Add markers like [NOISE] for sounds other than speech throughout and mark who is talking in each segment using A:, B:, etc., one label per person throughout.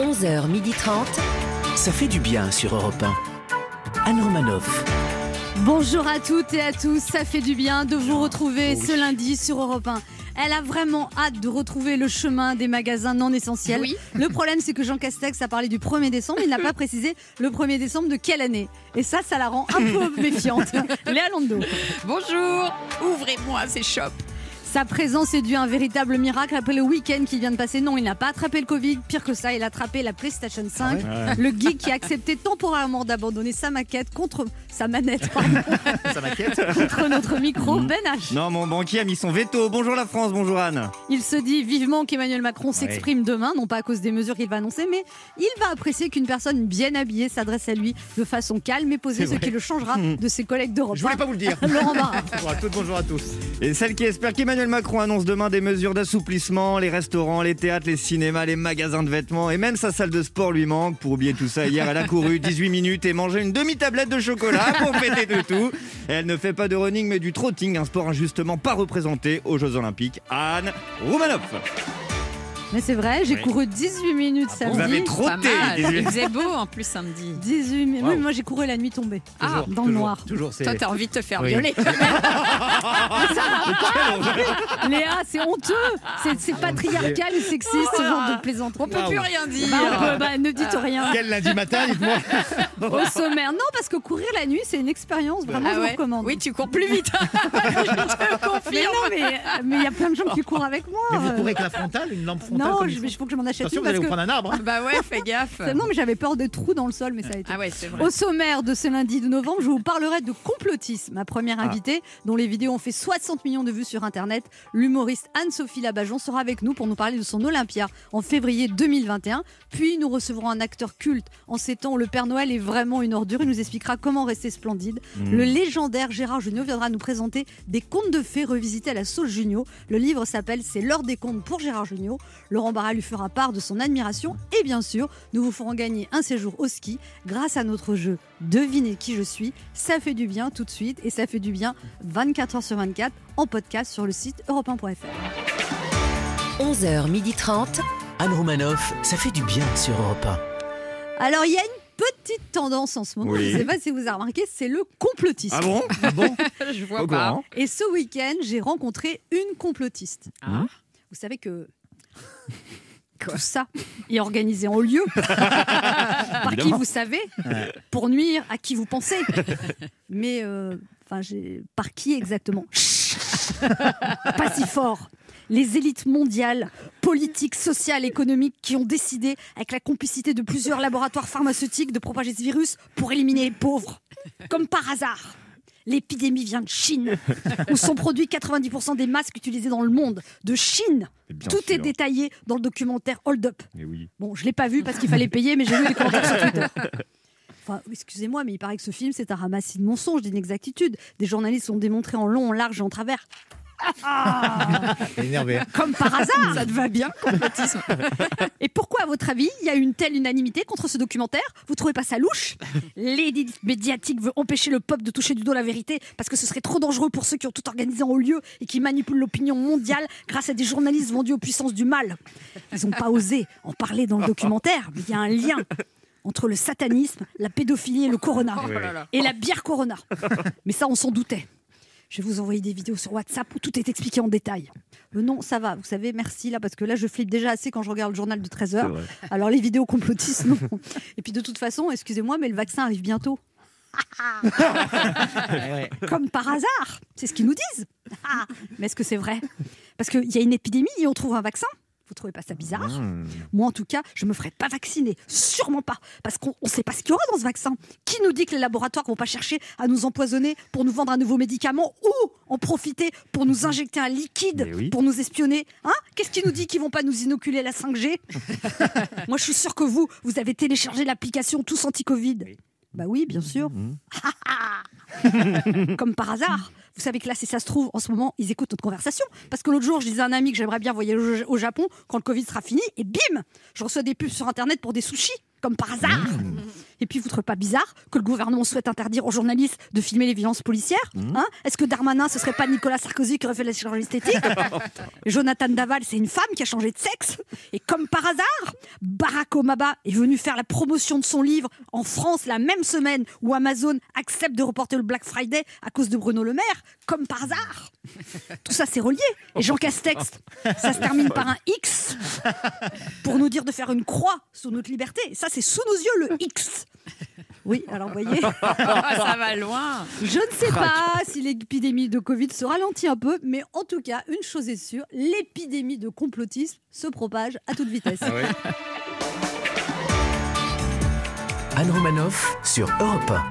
A: 11h30.
B: Ça fait du bien sur Europe 1. Anne Romanoff.
C: Bonjour à toutes et à tous, ça fait du bien de vous retrouver ce lundi sur Europe 1. Elle a vraiment hâte de retrouver le chemin des magasins non essentiels.
D: Oui.
C: [LAUGHS] Le problème, c'est que Jean Castex a parlé du 1er décembre, il
D: [LAUGHS]
C: n'a pas précisé le 1er décembre de quelle année. Et ça, ça la rend un
D: [LAUGHS]
C: peu méfiante. Léa Londo.
D: Bonjour, ouvrez-moi ces shops.
C: Sa présence est due à un véritable miracle après le week-end qui vient de passer. Non, il n'a pas attrapé le Covid. Pire que ça, il a attrapé la PlayStation 5. Le geek qui a accepté temporairement d'abandonner sa maquette contre sa manette, pardon,
E: Ça m'inquiète.
C: contre notre micro
E: Mm.
C: Ben H.
E: Non, mon banquier a mis son veto. Bonjour la France, bonjour Anne.
C: Il se dit vivement qu'Emmanuel Macron s'exprime demain, non pas à cause des mesures qu'il va annoncer, mais il va apprécier qu'une personne bien habillée s'adresse à lui de façon calme et posée, ce qui le changera de ses collègues d'Europe.
E: Mm. Je voulais pas vous le dire.
C: [LAUGHS] Laurent Barra.
E: Bonjour à toutes, bonjour à tous. Et celle qui espère qu'Emmanuel Macron annonce demain des mesures d'assouplissement, les restaurants, les théâtres, les cinémas, les magasins de vêtements et même sa salle de sport lui manque. Pour oublier tout ça, hier elle a [LAUGHS] couru 18 minutes et mangé une demi-tablette de chocolat pour péter de tout. Elle ne fait pas de running mais du trotting, un sport injustement pas représenté aux Jeux Olympiques. Anne Roumanoff.
C: Mais c'est vrai, j'ai couru 18 minutes samedi.
E: Ah Vous avez
D: Pas
E: trotté.
D: mal. Il
E: 18.
D: faisait beau en plus samedi.
C: 18 minutes. Oui,
F: Waouh.
C: moi j'ai couru la nuit tombée.
D: Ah,
C: dans le noir.
F: Toujours, c'est.
D: Toi, t'as envie de te faire
F: Oui.
D: violer.
C: [LAUGHS] Léa, c'est honteux. C'est- C'est
E: Ah,
C: patriarcal et sexiste ce genre de plaisanterie.
D: On peut plus rien dire. Ah.
C: Bah, on peut- bah, ne dites rien.
F: Quel lundi matin,
D: [LAUGHS]
F: dites-moi
C: Au sommaire. Non, parce que courir la nuit, c'est une expérience vraiment
D: Ah
C: je vous
D: ouais.
C: recommande.
D: Oui, tu cours plus vite. [LAUGHS] je te
C: mais non,
D: confirme.
C: mais mais il y a plein de gens qui courent avec moi.
F: Mais
D: Euh,
F: vous courez avec la frontale, une lampe frontale
C: Non,
F: comme il
C: je-
F: faut.
C: il faut que je m'en achète une
F: Attention, vous
C: parce
F: allez vous
C: que.
F: prendre un arbre. hein.
D: Bah ouais, fais gaffe.
C: Non, mais j'avais peur de trous dans le sol, mais ça a été.
D: Ah ouais, c'est vrai.
C: Au sommaire de ce lundi de novembre, je vous parlerai de complotisme. Ma première
F: Ah.
C: invitée, dont les vidéos ont fait 60 millions de vues sur Internet, l'humoriste Anne-Sophie Labajon sera avec nous pour nous parler de son Olympia en février 2021. Puis nous recevrons un acteur culte. En ces temps où le Père Noël est vraiment une ordure, il nous expliquera comment rester splendide. Le
E: Hmm.
C: légendaire Gérard Junior viendra nous présenter des contes de fées revisités à la sauce Junio. Le livre s'appelle C'est l'heure des contes pour Gérard Junio. Laurent Barra lui fera part de son admiration et bien sûr, nous vous ferons gagner un séjour au ski grâce à notre jeu Devinez qui je suis. Ça fait du bien tout de suite et ça fait du bien 24h sur 24 en podcast sur le site europe 1.fr.
A: 11h30.
B: Anne Romanoff, ça fait du bien sur Europe 1.
C: Alors, il y a une petite tendance en ce moment,
E: Oui.
C: je ne sais pas si vous avez remarqué, c'est le complotisme.
E: Ah bon Ah bon
D: [LAUGHS] Je vois
E: Au
D: pas.
E: courant.
C: Et ce week-end, j'ai rencontré une complotiste.
D: Ah.
C: Vous savez que tout ça est organisé en lieu. Par qui
E: Évidemment.
C: vous savez, pour nuire à qui vous pensez. Mais euh, enfin, j'ai- par qui exactement Chut Pas si fort. Les élites mondiales, politiques, sociales, économiques, qui ont décidé, avec la complicité de plusieurs laboratoires pharmaceutiques, de propager ce virus pour éliminer les pauvres. Comme par hasard. L'épidémie vient de Chine, où sont produits 90% des masques utilisés dans le monde. De Chine
E: Bien
C: Tout est
E: sûr.
C: détaillé dans le documentaire Hold Up.
E: Mais oui.
C: Bon, je l'ai pas vu parce qu'il fallait payer, mais j'ai vu les commentaires sur Twitter. Enfin, excusez-moi, mais il paraît que ce film, c'est un ramassis de mensonges, d'inexactitudes. Des journalistes ont démontré en long, en large et en travers. Ah
F: Énervé.
C: Comme [LAUGHS] par hasard Ça te va bien, complotisme Et pourquoi, à votre avis, il y a une telle unanimité contre ce documentaire Vous trouvez pas ça [LAUGHS] louche L'édit médiatique veut empêcher le peuple de toucher du doigt la vérité parce que ce serait trop dangereux pour ceux qui ont tout organisé en haut lieu et qui manipulent l'opinion mondiale grâce à des journalistes vendus aux puissances du mal. Ils n'ont pas osé en parler dans le documentaire, mais il y a un lien entre le satanisme, la pédophilie et le corona.
D: Oh là là.
C: Et la bière Corona. Mais ça, on s'en doutait. Je vais vous envoyer des vidéos sur WhatsApp où tout est expliqué en détail. Le non, ça va, vous savez, merci là, parce que là, je flippe déjà assez quand je regarde le journal de 13h. Alors, les vidéos complotistes, non. Et puis, de toute façon, excusez-moi, mais le vaccin arrive bientôt. [LAUGHS] Comme par hasard, c'est ce qu'ils nous disent. Ah, mais est-ce que c'est vrai Parce qu'il y a une épidémie et on trouve un vaccin. Vous trouvez pas ça bizarre
E: Hmm.
C: moi, en tout cas, je me ferai pas vacciner. Sûrement pas. Parce qu'on ne sait pas ce qu'il y aura dans ce vaccin. Qui nous dit que les laboratoires vont pas chercher à nous empoisonner pour nous vendre un nouveau médicament ou en profiter pour nous injecter un liquide
E: Mais oui.
C: pour nous espionner Hein Qu'est-ce qui nous dit qu'ils vont pas nous inoculer la 5G [LAUGHS] Moi, je suis sûr que vous, vous avez téléchargé l'application Tous Anti-Covid. Bah oui, bien sûr. [LAUGHS] Comme par hasard. Vous savez que là, si ça se trouve, en ce moment, ils écoutent notre conversation. Parce que l'autre jour, je disais à un ami que j'aimerais bien voyager au- au Japon quand le Covid sera fini, et bim Je reçois des pubs sur Internet pour des sushis. comme par hasard. Et puis, vous trouvez pas bizarre que le gouvernement souhaite interdire aux journalistes de filmer les violences policières hein Est-ce que Darmanin, ce serait pas Nicolas Sarkozy qui aurait fait la chirurgie esthétique Jonathan Daval, c'est une femme qui a changé de sexe. Et comme par hasard, Barack Obama est venu faire la promotion de son livre en France la même semaine où Amazon accepte de reporter le Black Friday à cause de Bruno Le Maire. Comme par hasard. Tout ça, c'est relié. Et Jean Castex, ça se termine par un X pour nous dire de faire une croix sur notre liberté. Et ça, c'est sous nos yeux le X. Oui, alors vous [LAUGHS] voyez,
D: Ah, [LAUGHS] ça va loin.
C: je ne sais pas si l'épidémie de Covid se ralentit un peu, mais en tout cas, une chose est sûre, l'épidémie de complotisme se propage à toute vitesse.
B: Ah Anne Romanoff sur Europe 1.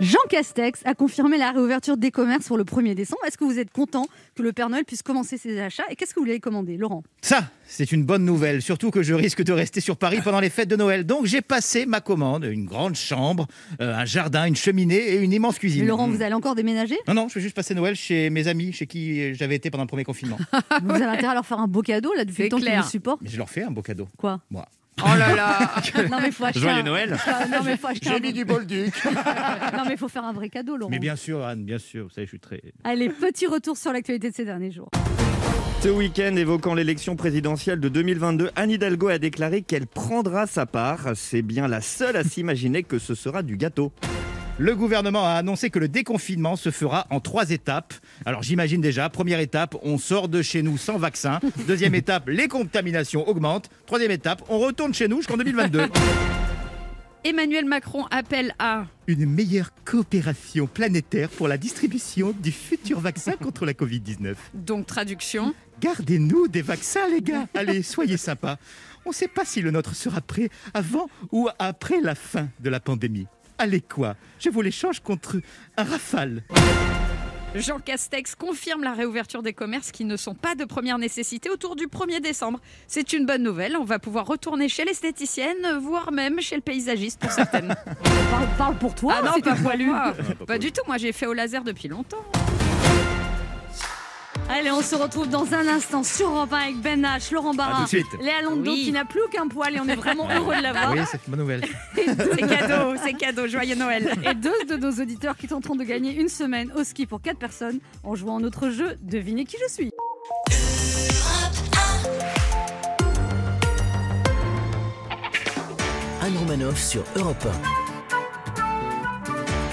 C: Jean Castex a confirmé la réouverture des commerces pour le 1er décembre. Est-ce que vous êtes content que le Père Noël puisse commencer ses achats Et qu'est-ce que vous lui avez commandé, Laurent
F: [LAUGHS] Ça, c'est une bonne nouvelle, surtout que je risque de rester sur Paris pendant les fêtes de Noël. Donc j'ai passé ma commande, une grande chambre, euh, un jardin, une cheminée et une immense cuisine.
C: Mais Laurent, vous allez encore déménager
F: Non, non, je vais juste passer Noël chez mes amis, chez qui j'avais été pendant le premier confinement.
C: Vous avez intérêt à leur faire un beau cadeau, là, depuis
D: C'est
C: le temps qu'ils
D: clair.
C: nous supportent
F: Mais je leur fais un beau cadeau,
C: Quoi
F: moi.
D: Oh là là.
C: Non
D: [LAUGHS]
C: mais faut acheter
A: Joyeux
C: un-
A: Noël.
C: [LAUGHS] Ah, Non mais faut acheter un-
A: du Bolduc.
C: [LAUGHS] Non mais faut faire un vrai cadeau Laurent.
F: Mais bien sûr, Anne, bien sûr, vous savez, je suis très...
C: Allez, petit retour sur l'actualité de ces derniers jours.
E: Ce week-end, évoquant l'élection présidentielle de 2022, Anne Hidalgo a déclaré qu'elle prendra sa part. C'est bien la seule
F: [LAUGHS]
E: à s'imaginer que ce sera du gâteau.
F: Le gouvernement a annoncé que le déconfinement se fera en trois étapes. Alors j'imagine déjà, première étape, on sort de chez nous sans vaccin. Deuxième étape, les contaminations augmentent. Troisième étape, on retourne chez nous jusqu'en 2022.
D: Emmanuel Macron appelle à.
F: Une meilleure coopération planétaire pour la distribution du futur vaccin contre la Covid-19.
D: Donc traduction.
F: Gardez-nous des vaccins, les gars. Allez, soyez sympas. On ne sait pas si le nôtre sera prêt avant ou après la fin de la pandémie. Allez quoi Je vous l'échange contre un rafale.
D: Jean Castex confirme la réouverture des commerces qui ne sont pas de première nécessité autour du 1er décembre. C'est une bonne nouvelle. On va pouvoir retourner chez l'esthéticienne, voire même chez le paysagiste pour certaines.
C: Parle, parle pour toi.
D: ah non,
C: c'est
D: pas
C: tout.
D: poilu. Pas du tout. Moi, j'ai fait au laser depuis longtemps.
C: Allez, on se retrouve dans un instant sur Europe 1 avec Ben H, Laurent
F: À tout
C: Barra,
F: de suite.
C: Léa Londo
D: Oui. Ah.
C: qui n'a plus aucun poil et on est vraiment heureux de l'avoir. [LAUGHS]
F: Ah Oui, c'est une bonne nouvelle.
D: C'est cadeau, c'est cadeau. Joyeux Noël.
C: [LAUGHS] Et deux de nos auditeurs qui tenteront de gagner une semaine au ski pour quatre personnes en jouant à notre jeu Devinez qui je suis.
B: Anne Romanoff sur Europe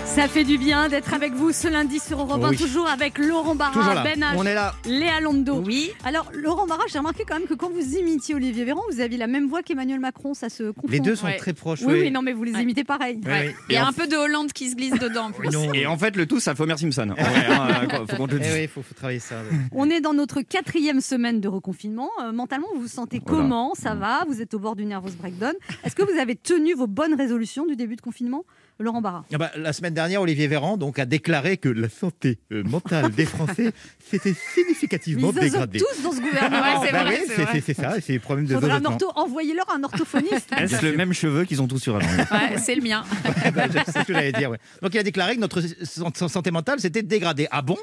C: Ça fait du bien d'être avec vous ce lundi sur Europe 1,
F: Oui.
C: toujours avec Laurent
F: Toujours
C: Barra,
F: là.
C: Ben
E: On
C: H,
E: est là.
C: Léa Londo.
D: Oui.
C: Alors, Laurent Barra, j'ai remarqué quand même que quand vous imitiez Olivier Véran, vous aviez la même voix qu'Emmanuel Macron, ça se confond.
F: Les deux sont
D: Ouais.
F: très proches.
C: Oui,
F: oui.
C: oui, non, mais vous les
D: Ouais.
C: imitez pareil.
F: Oui,
D: Ouais.
F: oui.
D: Il y
F: Et
D: a
F: en-
D: un peu de Hollande qui se glisse dedans. en plus.
F: Ah Non.
E: Et en fait, le tout, ça fait Homer Simpson. Ouais,
F: [LAUGHS]
E: hein, quoi, faut qu'on te le
F: Eh
E: dise.
F: oui, faut, faut travailler ça. ouais.
C: On est dans notre quatrième semaine de reconfinement. Euh, mentalement, vous vous sentez
E: Voilà.
C: comment Ça va Vous êtes au bord du nervous breakdown. Est-ce que vous avez tenu vos bonnes résolutions du début de confinement Laurent Barra.
F: Ah bah, la semaine dernière, Olivier Véran donc, a déclaré que la santé euh, mentale des
C: [LAUGHS]
F: Français s'était
C: Mais
F: significativement
C: ils osent
F: dégradée.
C: tous dans ce gouvernement.
F: [LAUGHS]
D: Ouais, c'est
F: Bah
D: vrai,
F: oui,
D: c'est
F: c'est-
D: vrai.
F: c'est- c'est ça, c'est le problème de
C: Faudra un
F: développement.
C: ortho, envoyez-leur un
F: [LAUGHS]
C: orthophoniste.
E: Est-ce le même cheveu qu'ils ont tous sur la langue
D: Ouais, c'est le mien.
F: Bah, je- c'est ce que j'allais dire. ouais. Donc il a déclaré que notre san- san- santé mentale s'était dégradée. Ah bon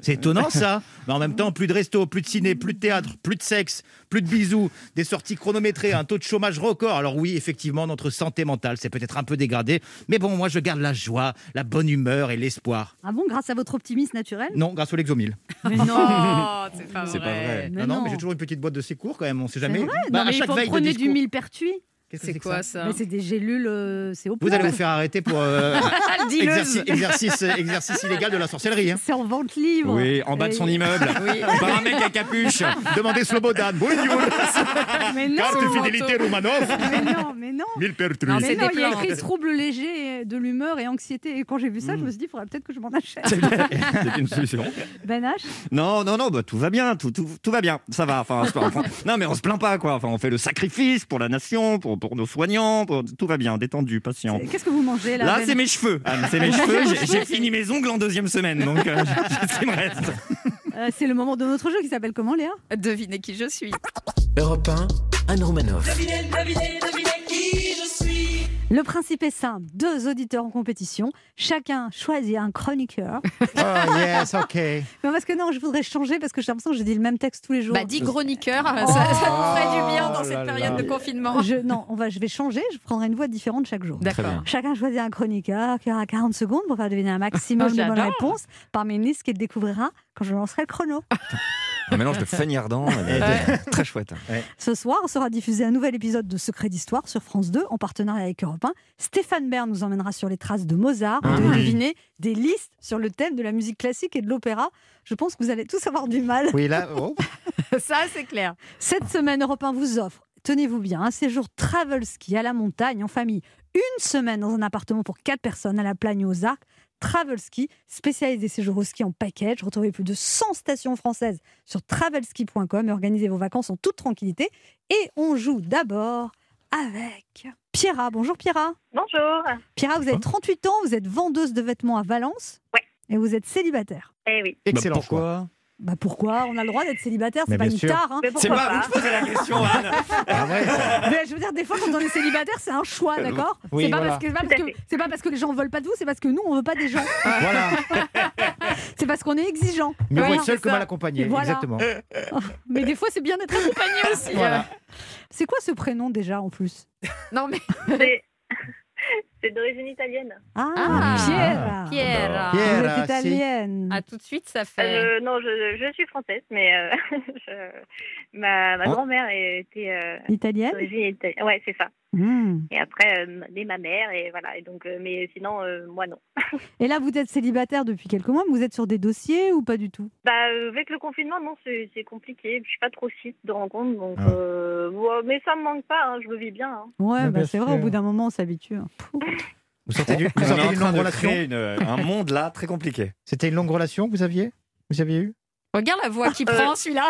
F: c'est étonnant ça. Mais en même temps, plus de resto, plus de ciné, plus de théâtre, plus de sexe, plus de bisous, des sorties chronométrées, un taux de chômage record. Alors oui, effectivement, notre santé mentale s'est peut-être un peu dégradée. Mais bon, moi, je garde la joie, la bonne humeur et l'espoir.
C: Ah bon, grâce à votre optimisme naturel
F: Non, grâce au Lexomil.
C: [LAUGHS]
D: Non, c'est pas,
E: C'est pas vrai.
C: Ah, Mais
F: non,
C: non.
F: mais j'ai toujours une petite boîte de secours quand même, on sait
C: C'est
F: jamais.
C: vrai
F: Bah,
C: Non, mais
F: à
C: il
F: chaque
C: faut
F: veille de
C: prendre du
F: discours.
C: millepertuis.
F: Qu'est-ce que
D: C'est
F: que
D: quoi
F: ça
D: ça
C: Mais c'est des gélules, euh, c'est au
F: Vous allez
C: plomb.
F: vous faire arrêter pour
C: [LAUGHS]
F: euh,
D: Ah, le
F: exercice,
D: dealeuse.
F: exercice, exercice illégal de la sorcellerie. hein.
C: C'est en vente libre.
E: Oui, en bas de son
C: Et-
E: immeuble.
F: [LAUGHS]
E: Par un mec à capuche.
F: Demandez Slobodan. Bonjour,
C: [LAUGHS] Mais non,
F: carte fidélité Romanov.
C: mais non, mais non.
F: Mille pertuis.
D: Non,
C: Mais
D: c'est
C: non,
D: des
C: il y a
D: plantes.
C: écrit trouble léger de l'humeur et anxiété. Et quand j'ai vu ça, je me suis dit, il faudrait peut-être que je m'en achète.
E: C'est une solution.
C: [LAUGHS] Ben H,
E: Non, non, non, bah, tout va bien, tout, tout, tout va bien, ça va. Enfin, c'est pas- enfin, non, mais on se plaint pas, quoi. Enfin, on fait le sacrifice pour la nation, pour, pour nos soignants, pour- tout va bien, détendu, patient.
C: qu'est-ce que vous mangez là
E: Là,
C: Ben
E: c'est mes cheveux, Anne, Ah, c'est mes cheveux. J'ai- J'ai fini mes ongles en deuxième semaine, donc euh, j'ai- c'est ce qui me reste.
C: Euh, C'est le moment de notre jeu qui s'appelle comment, Léa
D: Devinez qui je suis.
B: 1. Europe 1, Anne Romanoff.
C: Le principe est simple deux auditeurs en compétition, chacun choisit un chroniqueur.
F: Oh, yes, ok.
C: [LAUGHS] Non, parce que non, je voudrais changer parce que j'ai l'impression que je dis le même texte tous les jours.
D: Bah, dit chroniqueur,
C: Ah,
D: ça, ça nous ferait du bien dans
F: Oh
D: cette
F: là
D: période de
F: là.
D: confinement.
C: Je, non, on va, je vais changer, je prendrai une voix différente chaque jour.
D: D'accord.
C: Chacun choisit un chroniqueur qui aura 40 secondes pour faire deviner un maximum de bonnes
D: Ah, J'adore.
C: réponses parmi une liste qu'il découvrira quand je lancerai
D: [LAUGHS]
C: le chrono.
A: Un mélange de fagnardant. et de- Très chouette. Bah,
C: Ce soir, sera diffusé un nouvel épisode de Secrets d'Histoire sur France 2 en partenariat avec Europe 1. Stéphane Bern nous emmènera sur les traces de Mozart.
F: Ah
C: Vous devez deviner des listes sur le thème de la musique classique et de l'opéra. Je pense que vous allez tous avoir du mal. [LAUGHS]
F: Oui, là, oh.
D: [LAUGHS] Ça, c'est clair.
C: Cette semaine, Europe 1 vous offre, tenez-vous bien, un séjour travel ski à la montagne en famille. Une semaine dans un appartement pour 4 personnes à la Plagne aux Arcs. Travel Ski, spécialiste des séjours au ski en package. Retrouvez plus de 100 stations françaises sur travelski.com et organisez vos vacances en toute tranquillité. Et on joue d'abord avec Pierra. Bonjour Pierra.
G: Bonjour.
C: Pierra, vous avez 38 ans, vous êtes vendeuse de vêtements à Valence
G: Ouais.
C: et vous êtes célibataire.
G: Eh oui.
F: Excellent choix.
C: Bah pourquoi On a le droit d'être célibataire,
F: Mais
C: c'est pas
F: bien
C: une
F: sûr.
C: tare. hein.
G: Mais
E: C'est
G: pourquoi
E: pas vous
G: pas
E: qui
F: [LAUGHS]
E: posez la question, Anne.
F: Ah ouais, ça-
C: Mais je veux dire, des fois, quand on est célibataire, c'est un choix, d'accord
F: Euh, Oui,
C: C'est pas,
F: voilà.
C: parce que- c'est pas
G: Tout à
C: parce que-
G: fait.
C: c'est pas parce que les gens veulent pas de vous, c'est parce que nous, on veut pas des gens.
F: [LAUGHS] voilà.
C: [LAUGHS] C'est parce qu'on est exigeant.
F: Mieux vaut
C: Voilà,
F: être seul
C: c'est
F: que
C: ça.
F: mal accompagné.
C: Voilà.
F: Exactement.
C: [LAUGHS] Mais des fois, c'est bien d'être
F: [LAUGHS]
C: accompagné aussi. euh.
F: Voilà.
C: C'est quoi ce prénom déjà en plus
G: [LAUGHS]
D: Non,
C: [LAUGHS]
D: mais
G: C'est- C'est d'origine italienne.
C: Ah,
D: Ah.
C: Pierre.
D: Pierre.
C: Vous
F: Pierre.
C: êtes
F: Pierre, si.
C: italienne.
D: Ah, tout de suite, ça fait.
G: Euh, non, je, je suis française, mais euh, [LAUGHS] je- ma, ma
A: Oh.
G: grand-mère était euh,
C: Italienne
G: d'origine italienne. Ouais, c'est ça.
C: Hmm.
G: Et après, euh, dès ma mère, et voilà. Et donc, euh, mais sinon, euh, moi non. [LAUGHS]
C: Et là, vous êtes célibataire depuis quelques mois, mais vous êtes sur des dossiers ou pas du tout
G: Bah, euh, avec le confinement, non, c'est c'est compliqué. Je suis pas trop site de rencontres, donc.
F: Ah.
G: euh, ouais, mais ça me manque pas. hein, je me vis bien. hein.
C: Ouais,
F: Ah,
C: bah,
F: bien
C: c'est vrai, au
F: sûr.
C: bout d'un moment, on s'habitue. hein.
F: Vous sortez du-
A: On
F: vous
A: est
F: sortez
A: en
F: d'une
A: train
F: longue
A: de
F: relation.
A: créer une- un monde là très compliqué.
F: C'était une longue relation que vous aviez Vous aviez eu
D: Regarde la voix qui
C: Euh,
D: prend, celui-là.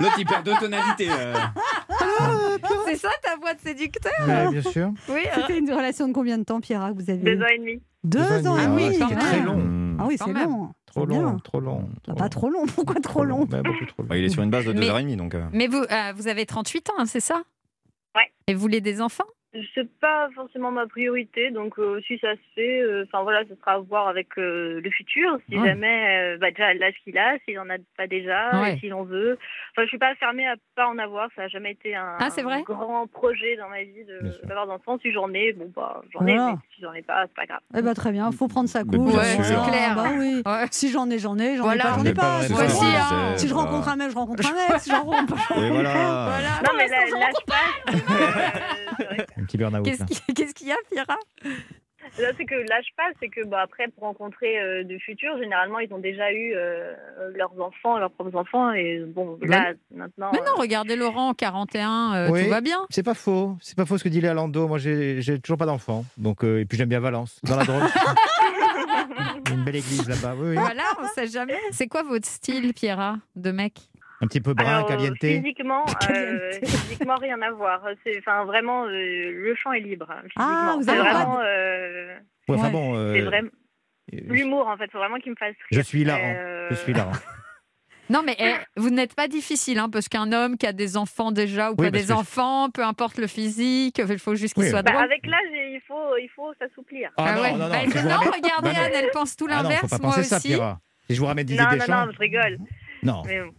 A: L'autre, il perd deux tonalités. euh.
C: ah,
D: [LAUGHS] C'est ça ta voix de séducteur
F: Ouais, Bien sûr.
D: Oui. hein.
C: C'était une relation de combien de temps, Pierre, que vous avez
G: Deux
C: eue
G: ans et demi.
C: Deux
F: Deux ans
C: ans
F: et
C: et
F: demi,
C: demi.
F: ouais,
C: quand
F: c'était
C: même.
F: très long.
A: Hmm.
C: Ah oui,
D: Quand
C: c'est
D: même.
C: Ah long.
F: Trop
C: C'est bien.
F: long, trop long.
C: Bah, pas trop long. Pourquoi trop long
F: Ouais, beaucoup trop long.
A: Bah, il est sur une base de
D: Mais-
A: 2h30, donc. euh.
D: Mais vous, euh, vous avez 38 ans, hein, c'est ça
G: Ouais.
D: Et vous voulez des enfants
G: C'est pas forcément ma priorité, donc euh, si ça se fait, euh, enfin voilà, ce sera à voir avec euh, le futur. Si
D: Ouais.
G: jamais, euh, bah, déjà l'âge qu'il a, s'il en a pas déjà,
D: Ouais.
G: et s'il en veut. Enfin, je suis pas fermée à pas en avoir. Ça a jamais été un,
D: Ah, c'est vrai
G: grand projet dans ma vie de-
F: Bien sûr.
G: d'avoir d'enfants. Si j'en ai, bon bah j'en ai.
C: Voilà.
G: Mais si j'en ai pas, c'est pas grave.
C: Eh ben très bien, faut prendre sa
A: Mais
C: couche.
A: bien
D: Ouais, sûr. c'est clair.
C: Bah oui.
D: [LAUGHS] Ouais.
C: Si j'en ai, j'en ai. J'en
D: Voilà.
C: ai pas, j'en ai pas. bah,
A: C'est
C: c'est
A: ça,
D: Voici,
A: on
C: pas grave.
D: hein.
A: disait,
C: Si je
A: voilà.
C: rencontre un mec, je rencontre un mec. Si j'en rencontre pas, [LAUGHS]
A: Et voilà.
D: Voilà.
G: non mais là, là, je passe. euh, c'est vrai.
F: Un petit burn-out.
D: Qu'est-ce
F: là.
D: qui- [LAUGHS] qu'est-ce qu'il y a, Pierre
G: Là, c'est que là, je passe, c'est que bah, après, pour rencontrer euh, du futur, généralement, ils ont déjà eu euh, leurs enfants, leurs propres enfants. Et bon, là, maintenant.
D: Bah, Mais non,
G: euh,
D: regardez Laurent, 41, euh,
F: Oui.
D: tout va bien.
F: C'est pas faux. C'est pas faux ce que dit Léalando. Moi, j'ai j'ai toujours pas d'enfant. Donc, euh, et puis j'aime bien Valence, dans la Drôme. Il y a une belle église là-bas. Oui, oui.
D: Voilà, on sait jamais. C'est quoi votre style, Pierre, de mec
F: Un petit peu brun,
G: alors,
F: caliente.
G: physiquement,
D: [LAUGHS]
G: euh,
C: Caliente.
G: physiquement, rien à voir. C'est, enfin, vraiment, euh, le champ est libre. hein,
C: Ah,
G: physiquement.
C: vous
G: c'est
C: avez le droit
G: vraiment, euh,
F: Ouais, enfin
C: Ouais.
F: bon, euh,
G: c'est vraiment
F: euh,
G: l'humour hein. en fait. Faut vraiment qu'il me fasse. Rire.
F: Je suis hilarant.
G: Euh,
F: je suis là. hein.
D: Non, mais eh, vous n'êtes pas difficile, hein, parce qu'un homme qui a des enfants déjà ou
F: Oui,
D: pas
F: parce
D: des
F: que-
D: enfants, peu importe le physique, il faut juste qu'il
F: Oui.
D: soit
G: Bah,
D: drôle.
G: avec l'âge, il faut, il faut s'assouplir.
D: Ah ouais. Bah,
F: si je vous
D: non,
F: ramène-
D: regardez,
F: Non, non.
D: Anne, elle pense tout
F: Ah non, faut
D: l'inverse,
F: pas
D: moi
F: penser ça,
D: aussi.
F: Pierre. Si je vous ramène Didier
G: Non, non,
F: Deschamps.
G: non, je rigole.
F: Non,
G: Mais bon.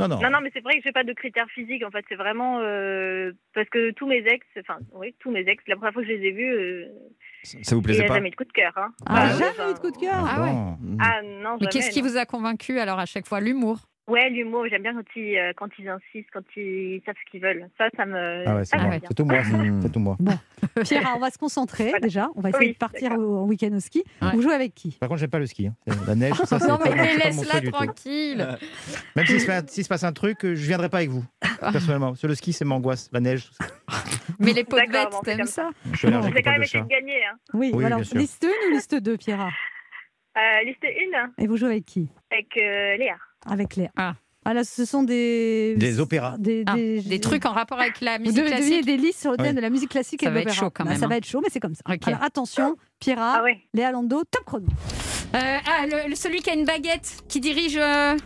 F: non, non.
G: Non, non, mais c'est vrai que j'ai pas de critères physiques. En fait, c'est vraiment euh, parce que tous mes ex, enfin, oui, tous mes ex, la première fois que je les ai vus, euh,
A: Ça vous
G: il n'y
A: plaisait
G: a
A: pas
G: jamais eu de coup de cœur. Hein.
C: ah,
G: Bah,
C: jamais
G: enfin,
C: eu de coup de cœur.
D: Ah
F: bon.
G: Ah non,
D: Mais
G: jamais,
D: qu'est-ce qui
G: non.
D: vous a convaincu alors à chaque fois L'humour
G: Ouais, l'humour, j'aime bien quand ils, euh, quand ils insistent, quand ils savent ce qu'ils veulent. Ça, ça me.
F: Ah ouais, c'est
G: ça,
D: Ah
G: j'aime
F: moi.
D: ouais.
G: bien.
F: C'est tout moi. ça.
A: Hmm.
F: C'est tout moi.
C: Pierre, on va se concentrer
G: Voilà.
C: déjà. On va essayer
G: Oui,
C: de partir
G: d'accord.
C: au, en week-end au ski.
D: Ouais.
C: Vous jouez avec qui
F: Par contre, j'aime pas le ski. hein. C'est- La neige, ça, c'est
D: Non,
F: pas
D: mais
F: mon- c'est pas mon
D: laisse-la
F: truc du tout. Euh,
D: tranquille.
F: Même s'il se, passe- s'il se passe un truc, euh, je viendrai pas avec vous. Personnellement, sur le ski, c'est mon angoisse. La neige, tout ça.
D: Mais les peaux de
G: D'accord,
D: bête,
G: bon, c'est
D: t'aimes
G: comme
D: ça
F: je suis allergique
G: J'ai quand
F: aux poils
G: même
F: de
G: essayé
F: chat.
G: de gagner. Hein.
C: Oui,
F: Oui,
C: voilà.
F: bien sûr.
C: Liste 1 ou liste 2, Pierre
G: Euh, liste 1
C: Et vous jouez avec qui
G: avec euh, Léa.
C: Avec Léa.
D: Ah.
C: Ah, là, ce sont des.
F: Des opéras.
C: Des,
D: Ah,
C: des-
D: Des trucs en rapport avec la
C: Vous
D: musique
C: devez deviner
D: classique
C: des listes sur le thème
F: Oui.
C: de la musique classique
D: Ça
C: et de
D: va être
C: l'opéra.
D: chaud quand
C: Bah,
D: même,
C: Ça va
D: hein.
C: être chaud, mais c'est comme ça.
D: Ok.
C: Alors attention, Pierre,
G: Ah ouais.
C: Léa Lando, top chrono.
D: Euh, ah, le- le- celui qui a une baguette, qui dirige. euh,